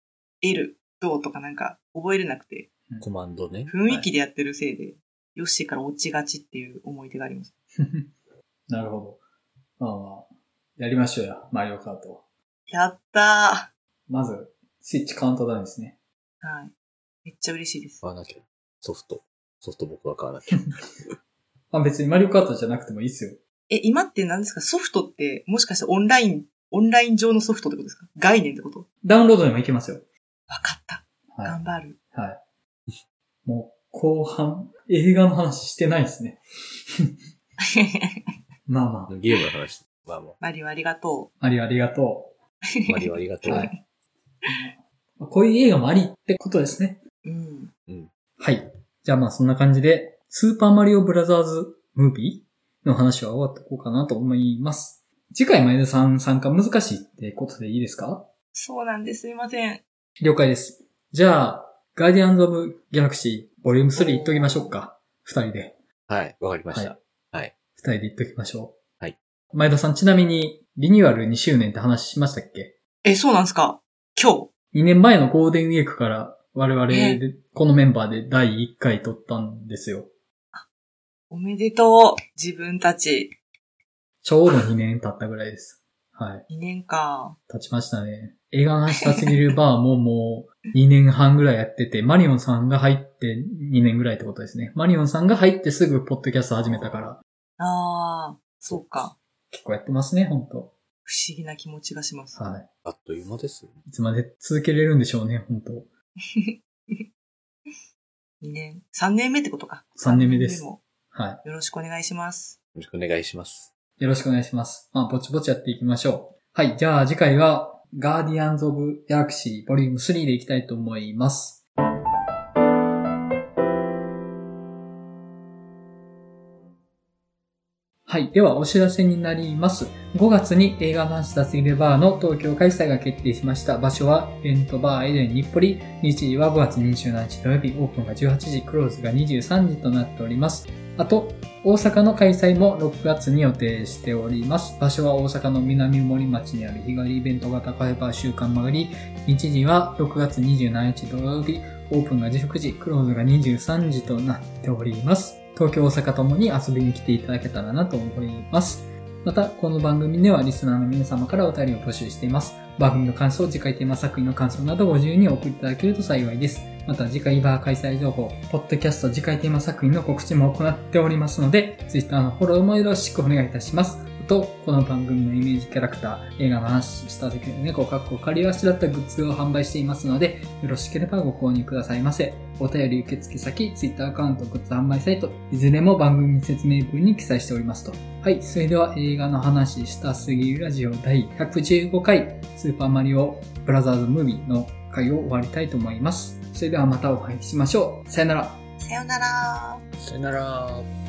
Speaker 3: L どうとかなんか覚えれなくて、
Speaker 2: コマンドね。
Speaker 3: 雰囲気でやってるせいで、ヨッシーから落ちがちっていう思い出があります。
Speaker 1: なるほど。まあまあ、やりましょうや、マリオカート。
Speaker 3: やった
Speaker 1: まず、スイッチカウントダウンですね。
Speaker 3: ーはい。めっちゃ嬉しいです。
Speaker 2: 買わなきゃ。ソフト。ソフト僕は買わなき
Speaker 3: <laughs>
Speaker 2: ゃ。
Speaker 1: まあ別にマリオカートじゃなくてもいいっすよ。
Speaker 3: え、今って何ですかソフトって、もしかしてオンライン、オンライン上のソフトってことですか概念ってことわ
Speaker 1: ダウンロードでもいけますよ。
Speaker 3: かった。
Speaker 1: はい
Speaker 3: 頑張る。 <laughs>
Speaker 1: はい。もう、後半、映画の話してないですね。まあま
Speaker 2: ゲームの話。まあま
Speaker 3: マリオありがと
Speaker 1: あ、ありありがと
Speaker 2: あ、マリオありが
Speaker 1: う。
Speaker 2: とう。
Speaker 1: はい。こういう映画もありってことですね。
Speaker 3: <laughs> う。うん。
Speaker 1: はい。じゃあまあそんな感じで、スーパーマリオブラザーズムービーの話は終わっていこうかなと思います。次回前田さん参加難しいってことでいいですか
Speaker 3: そうなんです。すいません。
Speaker 1: 了解です。じゃあ、ガーディアンズ・オブ・ギャラクシー、ボリューム3いっときましょうか。二人で。
Speaker 2: はい、わかりました。はい。
Speaker 1: 二人でいっときましょう。
Speaker 2: はい。
Speaker 1: 前田さん、ちなみに、リニューアル2周年って話しましたっけ
Speaker 3: え、そうなんですか今
Speaker 1: ?2 年前のゴールデンウィークから、我々
Speaker 3: え
Speaker 1: で、このメンバーで第1回撮ったんですよ。
Speaker 3: 日、おめでとう。自分たち。
Speaker 1: ちょうど2年経ったぐらいです。はい。
Speaker 3: 2年か。
Speaker 1: 経ちましたね。映画の話したすぎるバーももう2年 <laughs> 半ぐらいやってて、マリオンさんが入って2年ぐらいってことですね。マリオンさんが入ってすぐポッドキャスト始めたから、
Speaker 3: あー、そうか。
Speaker 1: 結構やってますね、本当
Speaker 3: 不思議な気持ちがします。
Speaker 1: は
Speaker 2: あっという間ですよね。
Speaker 1: い。いつまで続けれるんでしょうね、本当
Speaker 3: 2年、3年目ってことか。
Speaker 1: 三年目です
Speaker 3: 三も
Speaker 1: は
Speaker 3: よろしくお願いします。
Speaker 2: よろしくお願いします。
Speaker 1: い。よろしくお願いします。まあ、ぼちぼちやっていきましょう。はい。じゃあ次回は、ガーディアンズ・オブ・ギャラクシーボリューム3でいきたいと思います。はい。では、お知らせになります。5月に映画の話だすぎるバーの東京開催が決定しました。場所は、イベントバーエデン日暮里。日時は5月27日土曜日、オープンが18時、クローズが23時となっております。あと、大阪の開催も6月に予定しております。場所は大阪の南森町にある日帰りイベント型カフェバー週間曲がり。日時は6月27日土曜日、オープンが19時、クローズが23時となっております。東京、大阪ともに遊びに来ていただけたらなと思います。また、この番組ではリスナーの皆様からお便りを募集しています。番組の感想、次回テーマ作品の感想などご自由にお送りいただけると幸いです。また、次回バー開催情報、ポッドキャスト次回テーマ作品の告知も行っておりますので、Twitter のフォローもよろしくお願いいたします。あと、この番組のイメージキャラクター、映画の話した時の猫、かっこ借り足だったグッズを販売していますので、よろしければご購入くださいませ。お便り受付先、Twitter アカウント、グッズ販売サイト、いずれも番組説明文に記載しておりますと。はい、それでは映画の話したすぎるラジオ第115回、スーパーマリオブラザーズムービーの回を終わりたいと思います。それではまたお会いしましょう。さよなら。
Speaker 3: さよなら。
Speaker 2: さよなら。